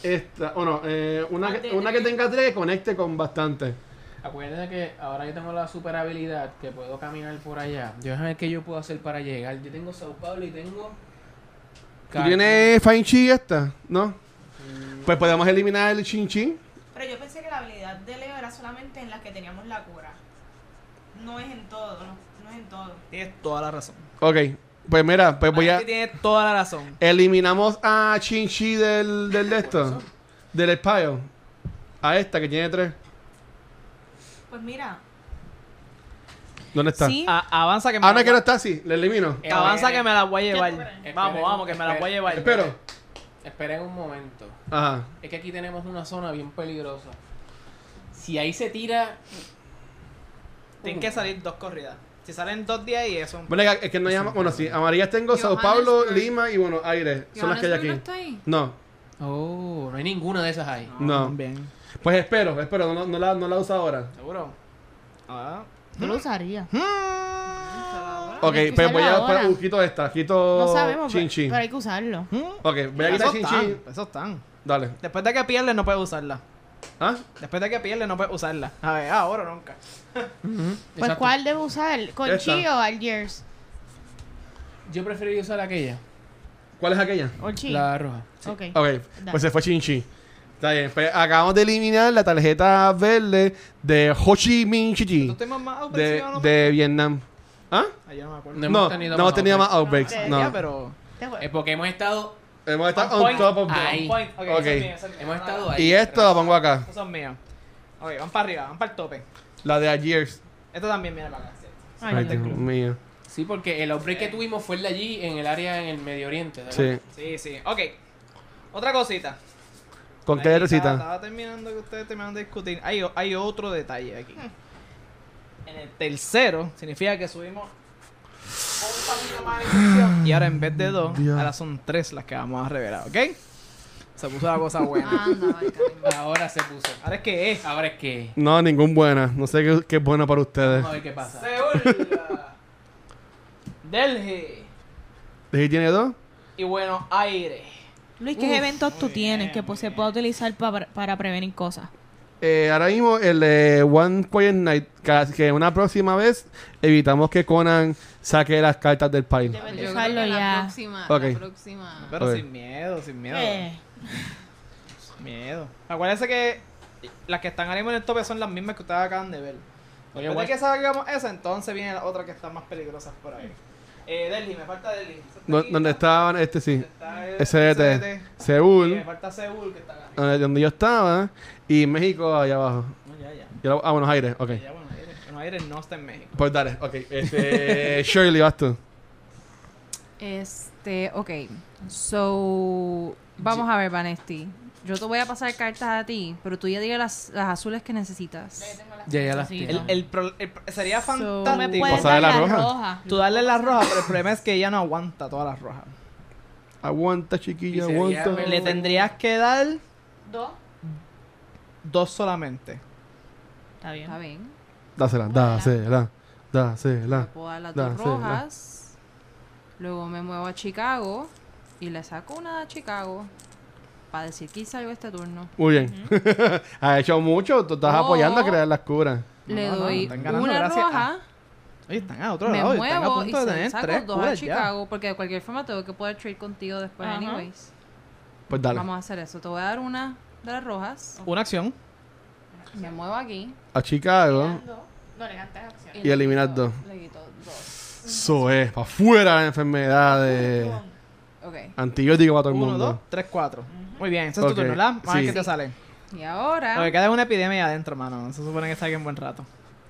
Speaker 1: esta. O no, eh, una, que- una que tenga tres conecte con bastante.
Speaker 2: Acuérdate que ahora yo tengo la super habilidad que puedo caminar por allá. Yo déjame ver qué yo puedo hacer para llegar. Yo tengo Sao Paulo y tengo.
Speaker 1: ¿Tú tienes Fine Chi esta? ¿No? Pues podemos eliminar el Chin Chin.
Speaker 6: Pero yo pensé que la habilidad de Leo era solamente en las que teníamos la cura. No es en todo, no, no es en todo.
Speaker 4: Tienes toda la razón.
Speaker 1: Ok, pues mira, pues voy a.
Speaker 4: Ahí Tienes toda la razón.
Speaker 1: Eliminamos a Chinchi del, del de esto. del Spire. A esta que tiene tres.
Speaker 6: Pues mira,
Speaker 1: ¿Dónde está?
Speaker 6: sí,
Speaker 4: A- avanza que me
Speaker 1: Ah,
Speaker 4: la
Speaker 1: no, es que
Speaker 4: voy-
Speaker 1: no está así. Le elimino.
Speaker 2: Eh,
Speaker 4: Avanza
Speaker 2: eh,
Speaker 4: que me la voy a llevar.
Speaker 2: esperen,
Speaker 4: Vamos, vamos, que me la voy a llevar.
Speaker 1: Espero.
Speaker 2: Esperen un momento.
Speaker 1: Ajá.
Speaker 2: Es que aquí tenemos una zona bien peligrosa. Si ahí se tira.
Speaker 4: Tienen que salir dos corridas. Si salen dos días y eso.
Speaker 1: Bueno, es que- es que no llama. Bueno, sí, amarillas tengo Sao
Speaker 3: Johannesburg.
Speaker 1: Paulo, Lima y Buenos Aires. Son las que hay
Speaker 3: Johannesburg
Speaker 1: aquí. (laughs)
Speaker 3: no está ahí.
Speaker 1: No,
Speaker 2: Oh, no hay ninguna de esas ahí.
Speaker 1: no.
Speaker 4: Bien.
Speaker 1: Pues espero, espero. No, no, no la, no la uso ahora.
Speaker 4: ¿Seguro? Ah.
Speaker 7: Yo lo usaría.
Speaker 1: Ok,
Speaker 7: hay que
Speaker 1: pues voy a.
Speaker 7: usarla ahora.
Speaker 1: pues, quito esta. Quito.
Speaker 7: No sabemos, pero,
Speaker 1: Chinchi.
Speaker 7: pero hay que usarlo. Pues
Speaker 1: Ok, voy a quitar
Speaker 4: Esos
Speaker 1: Chinchi.
Speaker 4: están, esos están.
Speaker 1: Dale.
Speaker 4: Después de que pierdes no puedes usarla.
Speaker 1: ¿Ah?
Speaker 4: Después de que pierdes no puedes usarla. A ver, ahora o nunca.
Speaker 7: Pues
Speaker 2: Exacto.
Speaker 7: ¿cuál debo usar? ¿Con
Speaker 1: Esta.
Speaker 7: Chi o Algiers?
Speaker 2: Yo preferiría usar aquella.
Speaker 1: ¿Cuál es aquella?
Speaker 7: ¿O Chi?
Speaker 2: La roja.
Speaker 7: Ok.
Speaker 1: Ok,
Speaker 7: Dale.
Speaker 1: pues se fue Chinchi. Está bien, pues acabamos de eliminar la tarjeta verde de Ho Chi Minh Chi Chi
Speaker 4: ¿Tú temas más
Speaker 1: de,
Speaker 4: ofensivo, no?
Speaker 1: de Vietnam. ¿Ah?
Speaker 4: Ah, yo no me acuerdo.
Speaker 2: No
Speaker 1: No,
Speaker 2: hemos
Speaker 1: no,
Speaker 2: tenido
Speaker 1: hemos
Speaker 2: más
Speaker 1: tenido más
Speaker 2: outbreaks.
Speaker 1: outbreaks.
Speaker 4: Debería,
Speaker 1: No,
Speaker 4: pero...
Speaker 7: Te voy-
Speaker 2: Es Eh, porque hemos estado.
Speaker 1: hemos estado on
Speaker 4: Point.
Speaker 1: top of
Speaker 2: Ah,
Speaker 1: them.
Speaker 2: Ahí.
Speaker 4: Point. Ok,
Speaker 1: Ok.
Speaker 4: eso es mío, eso es mío.
Speaker 2: Hemos estado
Speaker 4: Ah,
Speaker 2: ahí.
Speaker 1: Y esto la pongo acá,
Speaker 4: Esos son míos. Ok, van para arriba, van para el tope.
Speaker 1: la de Agiers.
Speaker 4: Esto también viene para acá. ¿cierto?
Speaker 7: Ay,
Speaker 1: Ay,
Speaker 7: no.
Speaker 1: Dios mío.
Speaker 2: Sí, porque el outbreak que tuvimos fue el de allí en el área en el Medio Oriente. ¿verdad?
Speaker 1: Sí.
Speaker 4: Sí, sí. Ok. Otra cosita.
Speaker 1: ¿Con qué
Speaker 4: Ahí
Speaker 1: letrecita?
Speaker 4: Estaba, estaba terminando que ustedes terminaron de discutir. Hay, o- hay otro detalle aquí. En el tercero significa que subimos un poquito
Speaker 1: (sighs)
Speaker 4: más de infección, y ahora en vez de dos,
Speaker 1: Dios.
Speaker 4: ahora son tres las que vamos a revelar, ¿ok? Se puso la
Speaker 3: (laughs)
Speaker 4: cosa buena.
Speaker 3: Anda, vale, caramba.
Speaker 2: Ahora se puso.
Speaker 4: Ahora es que es.
Speaker 2: Ahora es que.
Speaker 1: No, ningún buena. No sé qué, qué es buena para ustedes.
Speaker 2: Vamos a ver qué pasa.
Speaker 4: Seúl, Delhi
Speaker 1: ¿Y tiene dos?
Speaker 4: y Buenos Aires.
Speaker 6: Luis, ¿qué eventos tú tienes que pues, se pueda utilizar pa- para prevenir cosas?
Speaker 1: Eh, ahora mismo el eh, One Quiet Night, que, que una próxima vez evitamos que Conan saque las cartas del pile.
Speaker 3: Yo creo
Speaker 7: usarlo
Speaker 3: que
Speaker 6: ya.
Speaker 3: La próxima.
Speaker 1: Ok.
Speaker 3: La próxima.
Speaker 4: Pero
Speaker 1: Ok.
Speaker 4: sin miedo, sin miedo.
Speaker 7: Eh,
Speaker 4: Sin miedo. Acuérdense que las que están ahora mismo en el tope son las mismas que ustedes acaban de ver.
Speaker 2: Oye,
Speaker 4: Después de
Speaker 2: guay.
Speaker 4: que salgamos esa, entonces vienen las otras que están más peligrosas por ahí. Eh, Delhi, me falta Delhi. Eso está
Speaker 1: Do-
Speaker 4: aquí,
Speaker 1: ¿Dónde
Speaker 4: está-
Speaker 1: estaban? Este sí.
Speaker 4: está el
Speaker 1: SDT.
Speaker 4: SDT. Y
Speaker 1: Seúl.
Speaker 4: me Eh, falta Seúl, que está acá.
Speaker 1: donde donde yo estaba y México allá abajo.
Speaker 4: No, ya, ya.
Speaker 1: Yo la- ah, Buenos Aires, ok.
Speaker 4: Ya, Buenos Aires. Buenos Aires no está en México.
Speaker 1: Pues dale, ok. Este, Shirley, vas tú.
Speaker 3: Este, ok. So, vamos a ver, Vanesti. Yo te voy a pasar cartas a ti, pero tú ya digas las, las azules que necesitas.
Speaker 2: Llegué a las
Speaker 7: Sí,
Speaker 2: tiendas.
Speaker 4: El, el pro- el pro- sería
Speaker 7: So,
Speaker 4: fantástico.
Speaker 7: me puedes dar
Speaker 1: Pasada de la
Speaker 7: la,
Speaker 1: roja.
Speaker 7: roja.
Speaker 4: Tú darle la roja, pero el problema es que ella no aguanta todas las rojas.
Speaker 1: Aguanta,
Speaker 2: Y
Speaker 1: chiquilla,
Speaker 2: se
Speaker 1: aguanta.
Speaker 2: veía-
Speaker 4: Le tendrías que dar
Speaker 7: Dos.
Speaker 4: dos solamente.
Speaker 7: Está bien.
Speaker 3: Está bien.
Speaker 1: Dásela, dásela,
Speaker 3: Me
Speaker 1: dásela.
Speaker 3: puedo dar las
Speaker 1: da,
Speaker 3: dos
Speaker 1: sí, da.
Speaker 3: rojas. Luego me muevo a Chicago y le saco una a Chicago. Para decir que hice algo este turno.
Speaker 1: Muy bien. (laughs) ha hecho mucho. Tú estás
Speaker 3: No.
Speaker 1: apoyando a crear las curas.
Speaker 3: le
Speaker 4: no, no,
Speaker 3: doy
Speaker 4: están ganando
Speaker 3: una
Speaker 4: gracias a-
Speaker 3: roja,
Speaker 1: Ah.
Speaker 4: Oye, están a otro
Speaker 3: me
Speaker 4: lado. y están a
Speaker 3: muevo y
Speaker 4: punto de
Speaker 3: se
Speaker 4: tener
Speaker 3: saco
Speaker 4: tres
Speaker 3: dos a
Speaker 4: curas ya.
Speaker 3: Chicago. Porque de cualquier forma tengo que poder trade contigo después,
Speaker 7: Ajá.
Speaker 3: anyways.
Speaker 1: Pues dale.
Speaker 3: Vamos a hacer eso. Te voy a dar una de las rojas.
Speaker 4: Una acción.
Speaker 3: Me muevo aquí.
Speaker 1: A Chicago
Speaker 7: No le cantas acción.
Speaker 1: y eliminar dos.
Speaker 3: Le quito dos.
Speaker 1: Eso es. Para afuera las enfermedades.
Speaker 3: Ok.
Speaker 1: Antibiótico para todo el
Speaker 4: Uno,
Speaker 1: mundo.
Speaker 4: dos, tres, cuatro. Muy bien, ese es
Speaker 1: Ok,
Speaker 4: tu turno, ¿verdad? Vamos a ver
Speaker 1: sí.
Speaker 4: qué te sale.
Speaker 3: Y
Speaker 4: Lo que
Speaker 3: ahora.
Speaker 4: queda es una epidemia ahí adentro, mano. Se supone que está aquí un
Speaker 3: (laughs)
Speaker 4: buen rato.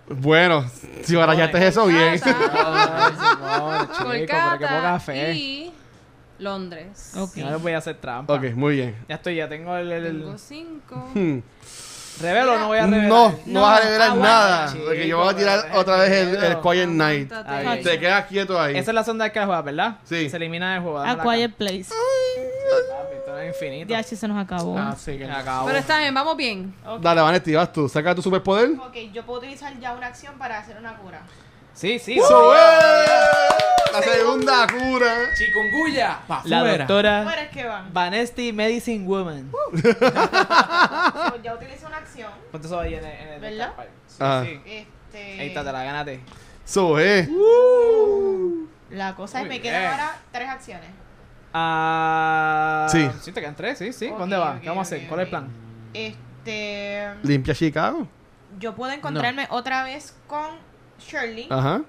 Speaker 1: Bueno, si barallaste eso bien.
Speaker 3: Kolkata,
Speaker 4: Ay, chico, pero qué poca
Speaker 3: Kolkata
Speaker 4: fe.
Speaker 3: y Londres.
Speaker 7: Ok.
Speaker 4: Ya les voy a hacer
Speaker 1: (laughs)
Speaker 4: trampa.
Speaker 1: Ok, muy bien.
Speaker 4: Ya estoy, ya tengo el... el- el-
Speaker 3: Tengo
Speaker 4: (laughs)
Speaker 3: cinco.
Speaker 1: Hmm.
Speaker 4: ¿Revelo o no ah, voy a revelar?
Speaker 1: No, no
Speaker 7: No,
Speaker 1: vas a revelar
Speaker 7: aguanta,
Speaker 1: nada.
Speaker 4: chico,
Speaker 1: Porque yo voy a tirar
Speaker 4: pero
Speaker 1: otra vez el,
Speaker 4: déjelo.
Speaker 1: el Quiet Night.
Speaker 3: Aguántate.
Speaker 4: Ahí.
Speaker 1: Te quedas quieto ahí.
Speaker 4: Esa es la sonda que juega, ¿verdad?
Speaker 1: Sí.
Speaker 4: Se elimina de
Speaker 3: Ah,
Speaker 4: juego.
Speaker 7: A Quiet Place.
Speaker 4: Ah, pues, Esto es infinito.
Speaker 7: Ya, sí, se nos acabó.
Speaker 4: Ah, sí, que acabo.
Speaker 3: Pero está bien, vamos bien.
Speaker 1: Dale, Vanetti, vas tú. Saca tu superpoder.
Speaker 7: Ok, yo puedo utilizar ya una acción para hacer una cura.
Speaker 4: Sí, sí.
Speaker 1: ¡Eso
Speaker 4: obvio.
Speaker 1: es! La segunda cura.
Speaker 2: Chikungunya, pa'
Speaker 4: La
Speaker 2: fuera.
Speaker 4: doctora
Speaker 7: es que van? (laughs)
Speaker 4: Vanesti Medicine Woman.
Speaker 7: Pues ya utilizo una acción.
Speaker 4: Ponte eso ahí en el... en el
Speaker 7: ¿Verdad?
Speaker 4: carpal. Sí,
Speaker 2: Ah.
Speaker 1: Ajá.
Speaker 4: sí.
Speaker 7: Este.
Speaker 4: Ahí está, te la ganaste.
Speaker 1: Eso es.
Speaker 7: La cosa es
Speaker 4: Muy
Speaker 7: me
Speaker 4: bien.
Speaker 7: quedan ahora tres acciones.
Speaker 4: Ah...
Speaker 1: Sí.
Speaker 4: Sí, te quedan tres, sí, sí.
Speaker 7: Ok,
Speaker 4: ¿Dónde va?
Speaker 7: ok,
Speaker 4: ¿Qué vamos a
Speaker 7: ok,
Speaker 4: hacer? ¿Cuál es el
Speaker 7: ok.
Speaker 4: plan?
Speaker 7: Este.
Speaker 1: Limpia Chicago.
Speaker 7: Yo puedo encontrarme otra vez con Shirley.
Speaker 1: Ajá.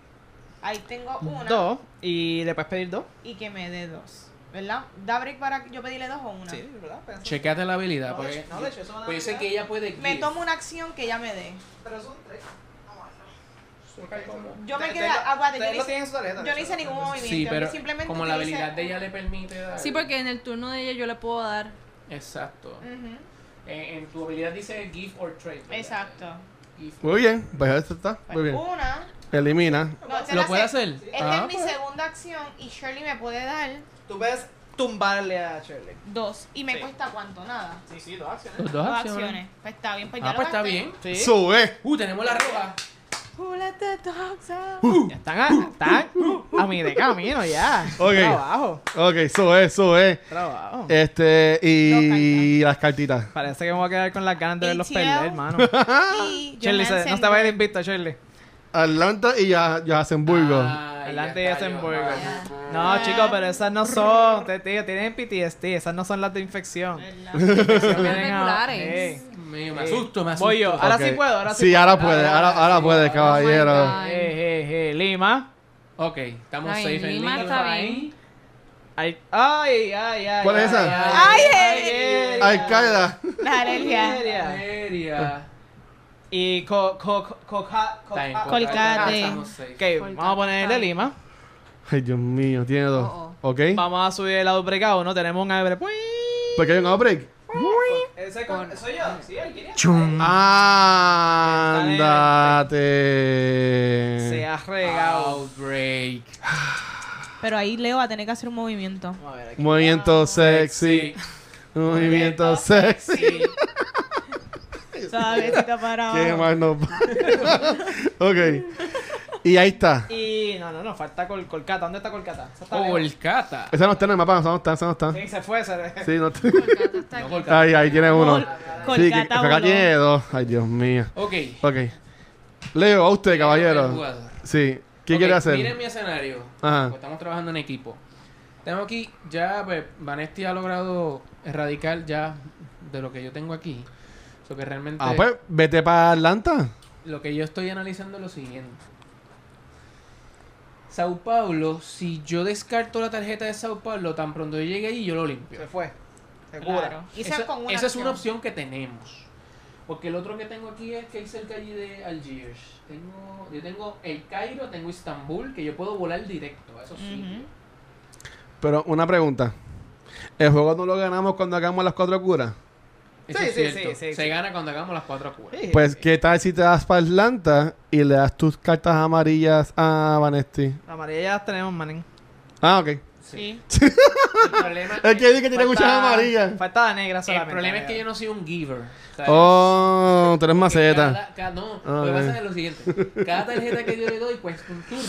Speaker 7: Ahí tengo una.
Speaker 4: Ah. Dos. Y le puedes pedir dos.
Speaker 7: Y que me dé dos. ¿Verdad? Da break para yo pedirle dos o una.
Speaker 4: ¿verdad? Pensé-
Speaker 2: Chequéate la habilidad.
Speaker 4: No, de
Speaker 2: porque
Speaker 4: hecho- no, de hecho, eso van a
Speaker 2: pues yo sé
Speaker 4: dar.
Speaker 2: que ella puede.
Speaker 7: Me
Speaker 2: give.
Speaker 7: tomo una acción que ella me dé.
Speaker 4: Pero son tres.
Speaker 7: Yo me quedé. Aguante, yo no hice- yo no hice ningún movimiento.
Speaker 2: Sí, pero
Speaker 7: yo simplemente
Speaker 2: como la
Speaker 7: utilicé-
Speaker 2: habilidad de ella le permite dar.
Speaker 3: Sí, porque en el turno de ella yo le puedo
Speaker 4: (laughs)
Speaker 3: dar.
Speaker 2: Exacto.
Speaker 7: Ujú,
Speaker 2: En, en tu habilidad dice give or trade. ¿verdad?
Speaker 7: Exacto.
Speaker 2: Give.
Speaker 1: Muy bien. Pues esto está. Muy bien.
Speaker 7: Una.
Speaker 1: Elimina.
Speaker 7: No, esa es
Speaker 2: ¿Lo
Speaker 7: la
Speaker 2: puede
Speaker 7: se-
Speaker 2: hacer? Ah.
Speaker 7: Esta es mi segunda acción y Shirley me puede dar
Speaker 4: Tú puedes tumbarle a Shirley.
Speaker 7: dos. Y me
Speaker 4: Sí.
Speaker 7: cuesta cuánto, nada.
Speaker 4: Sí, sí, dos acciones.
Speaker 2: Dos,
Speaker 7: Dos
Speaker 2: acciones.
Speaker 7: acciones. Pues está bien, pues ya
Speaker 2: Ah,
Speaker 7: lo
Speaker 2: pues está
Speaker 7: gasté.
Speaker 2: bien.
Speaker 4: Sí.
Speaker 1: Eso es.
Speaker 2: Uh, tenemos la roja.
Speaker 7: Who let the dogs out?
Speaker 2: Uh,
Speaker 4: Ya están a, están a mi de camino ya.
Speaker 1: Ok.
Speaker 4: Trabajo,
Speaker 1: Ok, eso es, eso es.
Speaker 4: trabajo.
Speaker 2: Eh.
Speaker 1: Este, y las cartitas.
Speaker 4: Parece que me voy a quedar con las ganas de verlos
Speaker 7: ATL.
Speaker 4: perder, hermano.
Speaker 2: ah.
Speaker 7: Y
Speaker 4: Shirley, se- no te vayas de invicto, Shirley.
Speaker 1: Atlanta y ya, ya Burgos.
Speaker 2: Ah,
Speaker 4: Adelante y
Speaker 2: ya está, yo-
Speaker 4: Eisenberg.
Speaker 2: ah,
Speaker 4: No, chicos, pero esas no son. Te digo, tienen PTSD. Esas no son las de infección.
Speaker 7: (laughs)
Speaker 4: Infección vienen a-
Speaker 3: regulares.
Speaker 4: Sí.
Speaker 2: Dios mío, Me asusto, me asusto.
Speaker 4: Eh, Voy yo. Ahora sí
Speaker 1: Ok.
Speaker 4: puedo, ahora sí.
Speaker 1: Sí,
Speaker 4: puedo.
Speaker 1: ahora puede, ahora, ahora puede, caballero.
Speaker 3: God.
Speaker 4: Eh, eh, eh, Lima.
Speaker 2: Ok, estamos
Speaker 3: Ay,
Speaker 2: safe en
Speaker 3: Lima
Speaker 2: Lima.
Speaker 3: está bien.
Speaker 4: Ay, ay, ay, ay.
Speaker 1: ¿Cuál
Speaker 4: ay,
Speaker 1: es esa?
Speaker 4: Ay, ay, ay,
Speaker 1: Al Qaeda.
Speaker 7: Arelia.
Speaker 4: Nigeria.
Speaker 2: Valeria.
Speaker 4: Y co, co, co, coca-
Speaker 2: Está bien,
Speaker 4: coca-
Speaker 2: por acá
Speaker 7: Colgate.
Speaker 2: estamos safe.
Speaker 4: Ok, vamos a ponerle Lima.
Speaker 1: Ay, Dios mío, tiene dos.
Speaker 3: Oh,
Speaker 1: ¿Ok?
Speaker 4: Vamos a subir el outbreak a uno. Tenemos un outbreak.
Speaker 1: Porque hay un outbreak.
Speaker 4: ¿Soy yo? Sí, el Se
Speaker 1: Andate.
Speaker 4: ha regado.
Speaker 2: Outbreak.
Speaker 6: Pero ahí Leo va a tener que hacer
Speaker 7: (laughs)
Speaker 6: un movimiento.
Speaker 4: Vamos a ver aquí.
Speaker 1: Movimiento
Speaker 2: Sí.
Speaker 1: sexy. Movimiento sexy.
Speaker 2: Sí.
Speaker 6: Suavecito para
Speaker 1: ¿Qué
Speaker 6: abajo.
Speaker 1: más nos va? (laughs) ok. Y ahí está.
Speaker 4: Y no, no, no, falta Col Colcata. ¿Dónde está Colcata? Esa está
Speaker 1: Oh,
Speaker 2: Oh,
Speaker 4: lejos.
Speaker 2: Colcata.
Speaker 1: Esa no está en el mapa, esa no está, esa no está.
Speaker 4: Sí, se fue, se (laughs) le-
Speaker 1: Sí, no está. (laughs)
Speaker 4: eh.
Speaker 3: Kolkata está
Speaker 2: No,
Speaker 3: aquí.
Speaker 2: Colcata.
Speaker 1: Ahí, ahí tiene uno. Sí, que, que
Speaker 6: Colgata
Speaker 1: acá
Speaker 6: voló.
Speaker 1: tiene dos. Ay, Dios mío.
Speaker 2: Ok.
Speaker 1: Ok. Leo, a usted,
Speaker 2: El
Speaker 1: caballero.
Speaker 2: jugador.
Speaker 1: Sí. ¿Qué
Speaker 2: Ok,
Speaker 1: quiere hacer?
Speaker 2: Miren mi escenario.
Speaker 1: Ajá.
Speaker 2: Pues estamos trabajando en equipo. Tengo aquí, ya, pues, Vanesti ha logrado erradicar ya de lo que yo tengo aquí. Lo que realmente.
Speaker 1: Ah, pues, vete para Atlanta.
Speaker 2: Lo que yo estoy analizando es lo siguiente. Sao Paulo, si yo descarto la tarjeta de Sao Paulo, tan pronto yo llegue ahí, yo lo limpio.
Speaker 4: se fue. Se cura.
Speaker 7: Claro. Y se
Speaker 2: Esa,
Speaker 7: con una
Speaker 2: esa es una
Speaker 7: acción.
Speaker 2: opción que tenemos. Porque el otro que tengo aquí es que hay cerca allí de Algiers. Tengo, yo tengo el Cairo, tengo Istambul, que yo puedo volar directo a esos sitios.
Speaker 1: Pero una pregunta. ¿El juego no lo ganamos cuando hagamos las cuatro curas?
Speaker 2: Eso es
Speaker 4: Sí, sí,
Speaker 2: cierto.
Speaker 4: sí, sí,
Speaker 2: Se
Speaker 4: sí.
Speaker 2: gana cuando hagamos las cuatro curas.
Speaker 4: Sí.
Speaker 1: Pues, ¿qué tal si te das para Atlanta y le das tus cartas amarillas a Vanesti?
Speaker 4: La amarilla ya las tenemos, manín.
Speaker 1: Ah, ok.
Speaker 7: Sí.
Speaker 2: El
Speaker 1: (laughs)
Speaker 2: problema,
Speaker 1: Es que dice que
Speaker 4: Pues
Speaker 1: tiene muchas amarillas.
Speaker 4: Falta la negra
Speaker 2: el
Speaker 4: solamente.
Speaker 2: problema es que yo no soy un giver. ¿sabes?
Speaker 1: Oh, tú eres maceta.
Speaker 2: Cada- cada- no, lo
Speaker 1: Ah,
Speaker 2: que
Speaker 1: ok.
Speaker 2: pasa es lo siguiente. Cada tarjeta que yo le doy cuesta un turno.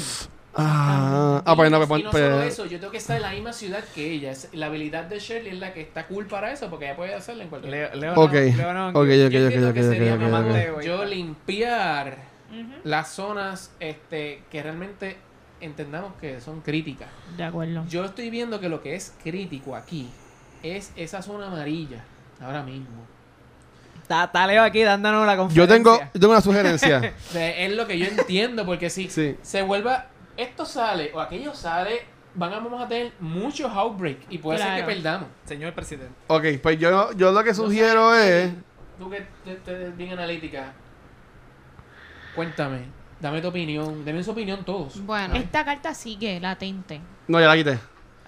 Speaker 1: Ah, ah, pues no,
Speaker 2: y,
Speaker 1: pues
Speaker 2: y
Speaker 1: pon-
Speaker 2: no solo
Speaker 1: pues-
Speaker 2: eso, yo tengo que estar en la misma ciudad que ella. Es- La habilidad de Shirley es la que está cool para eso, porque ella puede hacerla en cualquier
Speaker 4: Leo, Leo
Speaker 1: Ok,
Speaker 4: no, Leo no.
Speaker 1: ok, ok, ok,
Speaker 2: Yo
Speaker 1: ok,
Speaker 2: entiendo
Speaker 1: ok,
Speaker 2: que sería
Speaker 1: ok,
Speaker 2: más
Speaker 1: ok, ok.
Speaker 4: mamá.
Speaker 2: yo limpiar las zonas este, que realmente entendamos que son críticas.
Speaker 7: De acuerdo.
Speaker 2: Yo estoy viendo que lo que es crítico aquí es esa zona amarilla ahora mismo.
Speaker 4: Está, está Leo aquí dándonos la
Speaker 1: Yo
Speaker 4: conferencia.
Speaker 1: tengo, yo tengo
Speaker 2: (laughs)
Speaker 1: una sugerencia.
Speaker 2: O sea, es lo que yo entiendo, porque si
Speaker 1: (laughs) Sí.
Speaker 2: se vuelva, esto sale o aquello sale, van a, vamos a tener muchos outbreak y puede ser
Speaker 7: Claro.
Speaker 2: que perdamos.
Speaker 4: Señor presidente.
Speaker 1: Ok, pues yo, yo lo que sugiero es.
Speaker 2: Tú que te- te ves bien analítica, cuéntame, dame tu opinión, dame su opinión todos. Ah.
Speaker 3: Bueno,
Speaker 7: Esta carta sigue latente.
Speaker 1: No, ya la quité.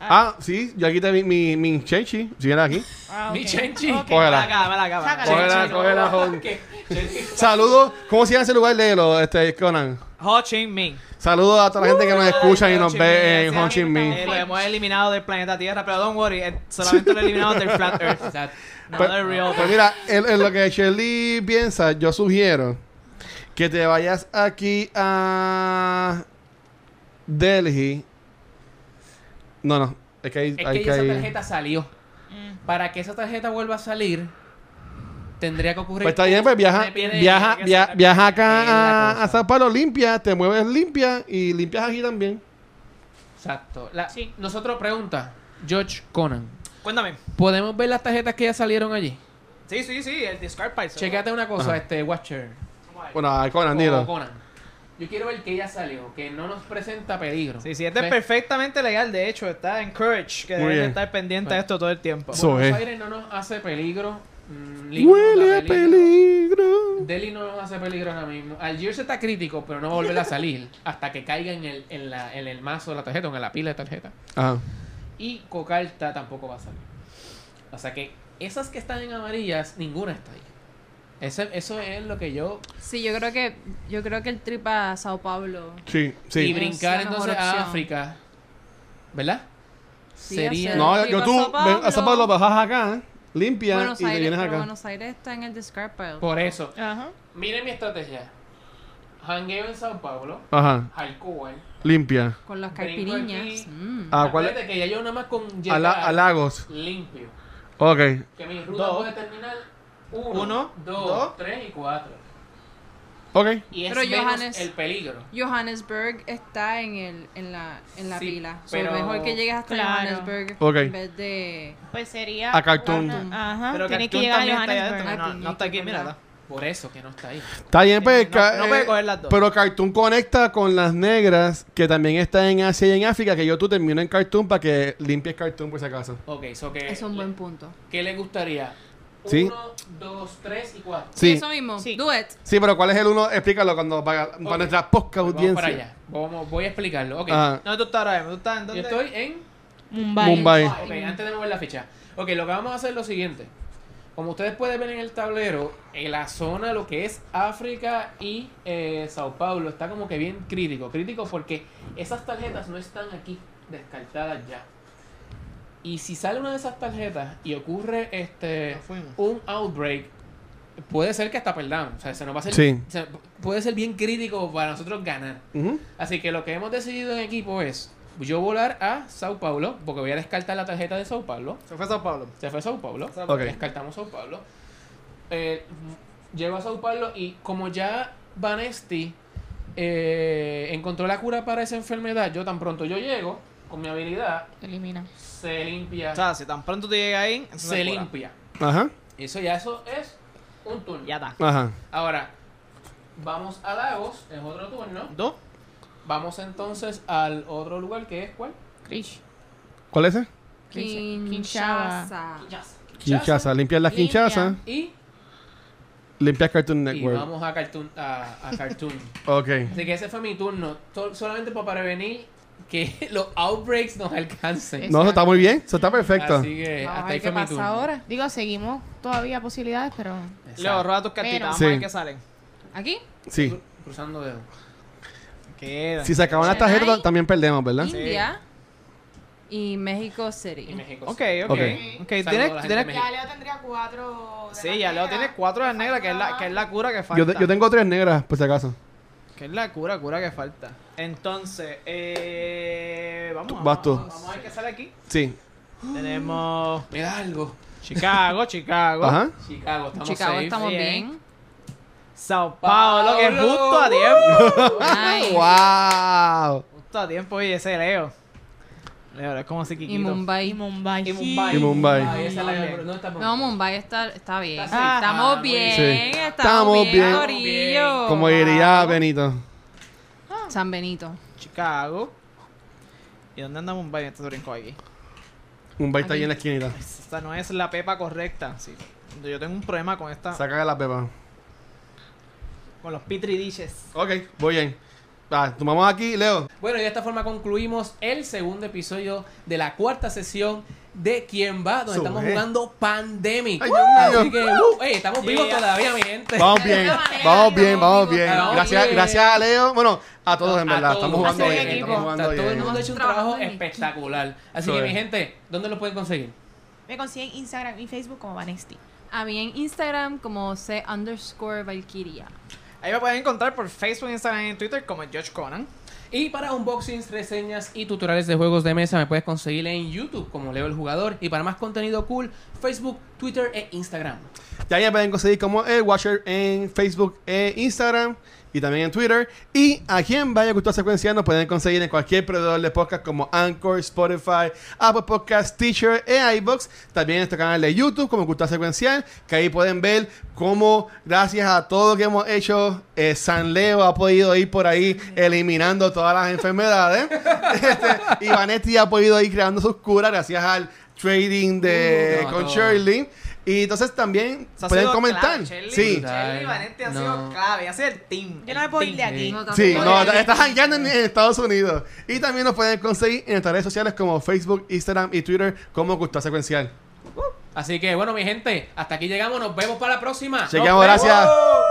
Speaker 1: Ah, sí, yo aquí quité mi, mi, mi chenchi. Si
Speaker 2: (laughs)
Speaker 1: viene aquí.
Speaker 7: Ah,
Speaker 2: Mi
Speaker 7: ok.
Speaker 2: chenchi.
Speaker 7: Ok.
Speaker 1: Cógela.
Speaker 4: Acá, acá, acá, acá.
Speaker 7: Sácala.
Speaker 1: Cógela,
Speaker 2: (laughs)
Speaker 1: cógela, Jon.
Speaker 2: ¿Qué? Chenchi.
Speaker 1: Saludos. ¿Cómo se llama ese lugar de los este, Conan?
Speaker 4: Ho Chi Minh.
Speaker 1: Saludos a
Speaker 2: Uh,
Speaker 1: toda la gente que nos escucha y nos
Speaker 4: Ho Chi Minh,
Speaker 1: ve en
Speaker 4: gracias.
Speaker 1: Ho Chi Minh.
Speaker 4: Eh, lo hemos eliminado del planeta Tierra, pero don't worry, eh, solamente lo eliminamos del Flat
Speaker 1: (laughs)
Speaker 4: Earth.
Speaker 2: Exacto.
Speaker 4: No
Speaker 1: Pues-
Speaker 4: del real.
Speaker 1: Pues mira, en, en lo que Shirley piensa, yo sugiero que te vayas aquí a Delhi. No, no. Es que hay,
Speaker 2: Es
Speaker 1: hay
Speaker 2: que
Speaker 1: que
Speaker 2: ya esa
Speaker 1: hay-
Speaker 2: tarjeta salió.
Speaker 7: Mm.
Speaker 2: Para que esa tarjeta vuelva a salir, tendría que ocurrir.
Speaker 1: Pues está bien, pues viaja,
Speaker 2: Me pide-
Speaker 1: viaja,
Speaker 2: tiene que
Speaker 1: via-
Speaker 2: sacar-
Speaker 1: viaja
Speaker 2: Es la
Speaker 1: acá a,
Speaker 2: cosa.
Speaker 1: a San Pablo, limpia, te mueves limpia y limpias aquí también.
Speaker 2: Exacto. La-
Speaker 7: Sí.
Speaker 2: Nosotros pregunta, George Conan.
Speaker 4: Cuéntame.
Speaker 2: ¿Podemos ver las tarjetas que ya salieron allí?
Speaker 4: Sí, sí, sí, el discard pile.
Speaker 2: Checate una cosa,
Speaker 1: Ajá.
Speaker 2: este Watcher.
Speaker 1: Bueno, a Conan,
Speaker 2: O
Speaker 1: dilo.
Speaker 2: Conan. Yo quiero ver que ya salió, que no nos presenta peligro.
Speaker 4: Sí, sí, este es
Speaker 2: ¿Ves?
Speaker 4: perfectamente legal, de hecho, está encouraged, que
Speaker 1: Muy
Speaker 4: deben de
Speaker 1: bien.
Speaker 4: estar pendiente a esto todo el tiempo.
Speaker 1: So-
Speaker 2: Buenos
Speaker 1: Eso es.
Speaker 2: Aires no nos hace peligro. mm, Lima nos da
Speaker 1: Huele a peligro.
Speaker 2: Delhi no nos hace peligro ahora mismo. Algiers está crítico, pero no va a volver a salir hasta que caiga en el, en la- en el mazo de la tarjeta, o en la pila de tarjeta.
Speaker 1: Ajá.
Speaker 2: Y Cocarta tampoco va a salir. O sea que esas que están en amarillas, ninguna está ahí. Ese- eso es lo que yo...
Speaker 3: sí, yo creo que yo creo que el trip a Sao Paulo.
Speaker 1: Sí,
Speaker 2: Y
Speaker 1: sí.
Speaker 2: brincar
Speaker 3: Es la mejor
Speaker 2: entonces a
Speaker 3: opción.
Speaker 2: África. ¿Verdad?
Speaker 3: Sí,
Speaker 2: Sería...
Speaker 3: hacer-
Speaker 1: No, yo,
Speaker 3: Sí,
Speaker 1: yo
Speaker 3: con
Speaker 1: tú
Speaker 3: Sao
Speaker 1: ven a San Pablo,
Speaker 3: Pablo.
Speaker 1: bajas acá, limpia
Speaker 3: Buenos
Speaker 1: y te
Speaker 3: Aires,
Speaker 1: vienes
Speaker 3: pero
Speaker 1: acá.
Speaker 3: Buenos Aires está en el discard pile.
Speaker 2: Por eso.
Speaker 7: Ajá.
Speaker 2: Miren mi estrategia. Hangueo en Sao Paulo.
Speaker 1: Ajá,
Speaker 2: Alcohol.
Speaker 1: limpia.
Speaker 3: Con las
Speaker 2: Brinco
Speaker 3: carpiriñas.
Speaker 2: aquí.
Speaker 3: Mm.
Speaker 1: ¿A Ah, cuál?
Speaker 2: Acuérdate que ya yo nada más con
Speaker 1: A, la-
Speaker 2: llegar
Speaker 1: a Lagos.
Speaker 2: limpio.
Speaker 1: Ok.
Speaker 2: Que mi ruta
Speaker 4: Dos.
Speaker 2: puede terminar 1,
Speaker 4: Uno,
Speaker 2: 2,
Speaker 4: dos.
Speaker 2: 3 y 4.
Speaker 1: Ok.
Speaker 2: Y es
Speaker 3: Pero
Speaker 2: menos
Speaker 3: Johannes-
Speaker 2: el peligro.
Speaker 3: Johannesburg está en el en la en la
Speaker 2: Sí,
Speaker 3: pila. So,
Speaker 2: pero-
Speaker 3: mejor que llegues hasta
Speaker 7: Claro.
Speaker 3: Johannesburg
Speaker 1: Ok.
Speaker 3: en vez de
Speaker 7: Pues sería.
Speaker 1: A Khartoum.
Speaker 7: Una- Ajá.
Speaker 4: Ah, Pero
Speaker 7: Tiene que
Speaker 4: Khartoum
Speaker 7: llegar a
Speaker 4: también está allá
Speaker 7: Johannesburg.
Speaker 4: adentro, No, no está aquí, mira.
Speaker 2: Por eso que no está ahí.
Speaker 1: Está bien, pues,
Speaker 4: no-
Speaker 1: ca-
Speaker 4: no
Speaker 1: eh,
Speaker 4: puede coger las dos.
Speaker 1: Pero Cartoon conecta con las negras, que también está en Asia y en África, que yo tú termino en Cartoon para que limpies Cartoon por si acaso.
Speaker 2: Ok, so que,
Speaker 3: es un buen punto.
Speaker 2: ¿qué le gustaría?
Speaker 1: Sí.
Speaker 2: 1, 2, 3 y 4.
Speaker 1: Sí.
Speaker 3: Eso mismo.
Speaker 7: Sí.
Speaker 3: Do it.
Speaker 1: Sí, pero ¿cuál es el uno? Explícalo cuando para, para
Speaker 2: Ok.
Speaker 1: nuestra podcast
Speaker 2: Vamos
Speaker 1: audiencia. Ah,
Speaker 2: para allá. Vamos, voy a explicarlo. Ok.
Speaker 1: Ajá.
Speaker 4: No, tú estás ahora mismo, tú estás en
Speaker 2: Yo
Speaker 4: dónde?
Speaker 2: estoy en...
Speaker 7: Mumbai.
Speaker 1: Mumbai.
Speaker 2: Ok, antes de mover la ficha. Ok, lo que vamos a hacer es lo siguiente. Como ustedes pueden ver en el tablero, en la zona, lo que es África y eh, Sao Paulo, está como que bien crítico. Crítico porque esas tarjetas no están aquí, descartadas ya. Y si sale una de esas tarjetas y ocurre este
Speaker 4: Nos Eh, fuimos.
Speaker 2: un outbreak, puede ser que hasta perdamos. O sea, se nos va a hacer-
Speaker 1: Sí.
Speaker 2: o sea, puede ser bien crítico para nosotros ganar.
Speaker 1: Ujú.
Speaker 2: Así que lo que hemos decidido en equipo es yo volar a Sao Paulo, porque voy a descartar la tarjeta de Sao Paulo.
Speaker 4: Se fue a Sao Paulo.
Speaker 2: Se fue Sao Paulo.
Speaker 4: Sao
Speaker 1: Paulo. Ok.
Speaker 2: Descartamos Sao Paulo. Eh, llego a Sao Paulo y como ya Vanesti eh, encontró la cura para esa enfermedad, yo tan pronto yo llego, con mi habilidad,
Speaker 7: Elimina.
Speaker 2: se limpia.
Speaker 4: O sea, si tan pronto tú llegas ahí, entonces
Speaker 2: se
Speaker 4: cura.
Speaker 2: limpia.
Speaker 1: Ajá.
Speaker 2: Eso ya eso es un turno.
Speaker 4: Ya está.
Speaker 1: Ajá.
Speaker 2: Ahora, vamos a Lagos, es otro turno.
Speaker 4: ¿Dos?
Speaker 2: Vamos entonces al otro lugar que es cuál?
Speaker 7: Krish.
Speaker 1: ¿Cuál es ese?
Speaker 3: Kinshasa.
Speaker 1: Kinshasa. Limpias las
Speaker 7: Limpia.
Speaker 1: Kinshasa.
Speaker 2: Y,
Speaker 1: Limpias Cartoon
Speaker 2: y
Speaker 1: Network.
Speaker 2: vamos a Cartoon. A, a cartoon.
Speaker 1: Ok.
Speaker 2: Así que ese fue mi turno. Sol- solamente para prevenir que (laughs) los outbreaks nos alcancen.
Speaker 1: No, eso está muy bien. Eso está perfecto.
Speaker 2: Así que
Speaker 3: Vamos a
Speaker 2: Eh, hasta
Speaker 3: ver
Speaker 2: ahí
Speaker 3: qué
Speaker 2: fue mi
Speaker 3: pasa
Speaker 2: turno.
Speaker 3: ahora.
Speaker 7: Digo, seguimos todavía posibilidades, pero.
Speaker 4: Leo, roba tus cartitas.
Speaker 7: Pero-
Speaker 4: Vamos
Speaker 1: Sí.
Speaker 4: a ver qué salen.
Speaker 3: ¿Aquí?
Speaker 1: Sí.
Speaker 2: Cruzando dedos.
Speaker 4: Queda.
Speaker 1: Si se acaban las
Speaker 3: Chennai.
Speaker 1: tarjetas, también perdemos, ¿verdad?
Speaker 3: India y México City.
Speaker 2: Y México.
Speaker 4: Ok,
Speaker 2: sí.
Speaker 4: ok.
Speaker 1: Ok.
Speaker 4: Ok,
Speaker 2: Saludo a la
Speaker 4: tienes,
Speaker 2: gente
Speaker 4: tienes-
Speaker 2: de México.
Speaker 6: Leo tendría cuatro. de
Speaker 4: Sí,
Speaker 6: las
Speaker 4: ya Leo
Speaker 6: negras.
Speaker 4: tienes cuatro de las negras, que es la, que es la cura que falta.
Speaker 1: Yo, te- yo tengo tres negras, por si acaso.
Speaker 4: Que es la cura, cura que falta. Entonces, eh, vamos,
Speaker 1: Vas tú.
Speaker 4: vamos, vamos a ver qué sale aquí.
Speaker 1: Sí.
Speaker 4: Tenemos
Speaker 2: Me da algo.
Speaker 1: (laughs)
Speaker 4: Chicago, Chicago,
Speaker 1: Ajá.
Speaker 2: Chicago, estamos
Speaker 3: Chicago,
Speaker 2: safe.
Speaker 3: estamos
Speaker 4: Sí, eh.
Speaker 3: bien.
Speaker 4: Sao Paulo, que es
Speaker 2: Paulo.
Speaker 4: justo a tiempo.
Speaker 1: (laughs)
Speaker 3: Nice.
Speaker 1: ¡Wow!
Speaker 4: justo a tiempo, oye, ese Leo. Leo, es como si
Speaker 3: Y
Speaker 7: Y
Speaker 4: Kikito.
Speaker 3: Mumbai.
Speaker 7: Mumbai.
Speaker 4: Y Mumbai.
Speaker 1: Y Mumbai.
Speaker 2: Ay, esa es la que-
Speaker 4: Bien.
Speaker 2: no, estamos-
Speaker 3: No, Mumbai está, está bien.
Speaker 2: Está
Speaker 3: Ah,
Speaker 2: safe.
Speaker 3: estamos
Speaker 2: Ah, muy
Speaker 3: bien,
Speaker 1: bien. Sí.
Speaker 3: estamos
Speaker 1: Estamos
Speaker 3: bien,
Speaker 1: bien.
Speaker 3: Corillo.
Speaker 1: Como diría Benito.
Speaker 3: San Benito.
Speaker 4: Chicago. ¿Y dónde anda Mumbai? Este brinco aquí.
Speaker 1: Un baile está ahí en la esquinita.
Speaker 4: Esta no es la pepa correcta. Sí. Yo tengo un problema con esta.
Speaker 1: Saca la pepa.
Speaker 4: Con los Petri dishes.
Speaker 1: Ok, voy bien. Ah, tomamos aquí, Leo.
Speaker 2: Bueno, y de esta forma concluimos el segundo episodio de la cuarta sesión de Quién va, donde
Speaker 1: Eso
Speaker 2: estamos
Speaker 1: es.
Speaker 2: jugando Pandemic.
Speaker 1: Ay, Dios
Speaker 2: Así
Speaker 1: mío.
Speaker 2: que, uh, ey, estamos
Speaker 4: Yeah.
Speaker 2: vivos todavía, mi gente.
Speaker 1: Vamos bien,
Speaker 3: manera,
Speaker 1: vamos
Speaker 3: no,
Speaker 1: bien, vamos
Speaker 3: no,
Speaker 1: bien.
Speaker 2: no,
Speaker 1: Gracias,
Speaker 2: bien.
Speaker 1: gracias a Leo. Bueno, a todos en
Speaker 2: A
Speaker 1: verdad.
Speaker 2: todos.
Speaker 1: Estamos jugando
Speaker 7: Hacer
Speaker 1: bien,
Speaker 7: equipo.
Speaker 1: estamos jugando
Speaker 2: Está- Todo el
Speaker 1: bien.
Speaker 2: mundo ha hecho un
Speaker 3: Trabajando
Speaker 2: trabajo
Speaker 3: en equipo.
Speaker 2: espectacular. Así
Speaker 1: Eso
Speaker 2: que, mi
Speaker 1: es.
Speaker 2: gente, ¿dónde lo pueden conseguir?
Speaker 6: Me consiguen Instagram y Facebook como Vanesti.
Speaker 3: A mí en Instagram como C underscore Valkyria.
Speaker 4: Ahí me pueden encontrar por Facebook, Instagram y Twitter como George Conan.
Speaker 2: Y para unboxings, reseñas y tutoriales de juegos de mesa me puedes conseguir en YouTube como Leo el Jugador y para más contenido cool, Facebook, Twitter e Instagram.
Speaker 1: Ya ya pueden conseguir como el Watcher en Facebook e Instagram y también en Twitter. Y a quien vaya a gustar secuencia nos pueden conseguir en cualquier proveedor de podcast como Anchor, Spotify, Apple Podcast, Teacher e iBox. También en nuestro canal de YouTube como Cultura Secuencial, que ahí pueden ver cómo gracias a todo lo que hemos hecho, eh, San Leo ha podido ir por ahí eliminando todas las
Speaker 2: (laughs)
Speaker 1: enfermedades. Este, y Vanetti ha podido ir creando sus curas gracias al trading de
Speaker 2: Uh, no,
Speaker 1: con
Speaker 2: no.
Speaker 1: Shirley. Y entonces también
Speaker 4: Eso ha
Speaker 1: pueden
Speaker 4: sido
Speaker 1: comentar.
Speaker 4: clave, Shirley.
Speaker 1: sí.
Speaker 4: Shirley y Vanetti han sido
Speaker 2: No.
Speaker 4: clave. Ha sido el team.
Speaker 6: Yo no me
Speaker 4: el
Speaker 6: puedo ir
Speaker 4: team.
Speaker 6: de aquí.
Speaker 2: Sí.
Speaker 1: Sí,
Speaker 4: no,
Speaker 1: no,
Speaker 4: no, no.
Speaker 1: estás jangueando en, en Estados Unidos. Y también nos pueden conseguir en nuestras redes sociales como Facebook, Instagram y Twitter como Cultura Secuencial.
Speaker 2: Así que, bueno, mi gente, hasta aquí llegamos. Nos vemos para la próxima.
Speaker 1: Chequeamos, gracias.
Speaker 4: ¡Oh!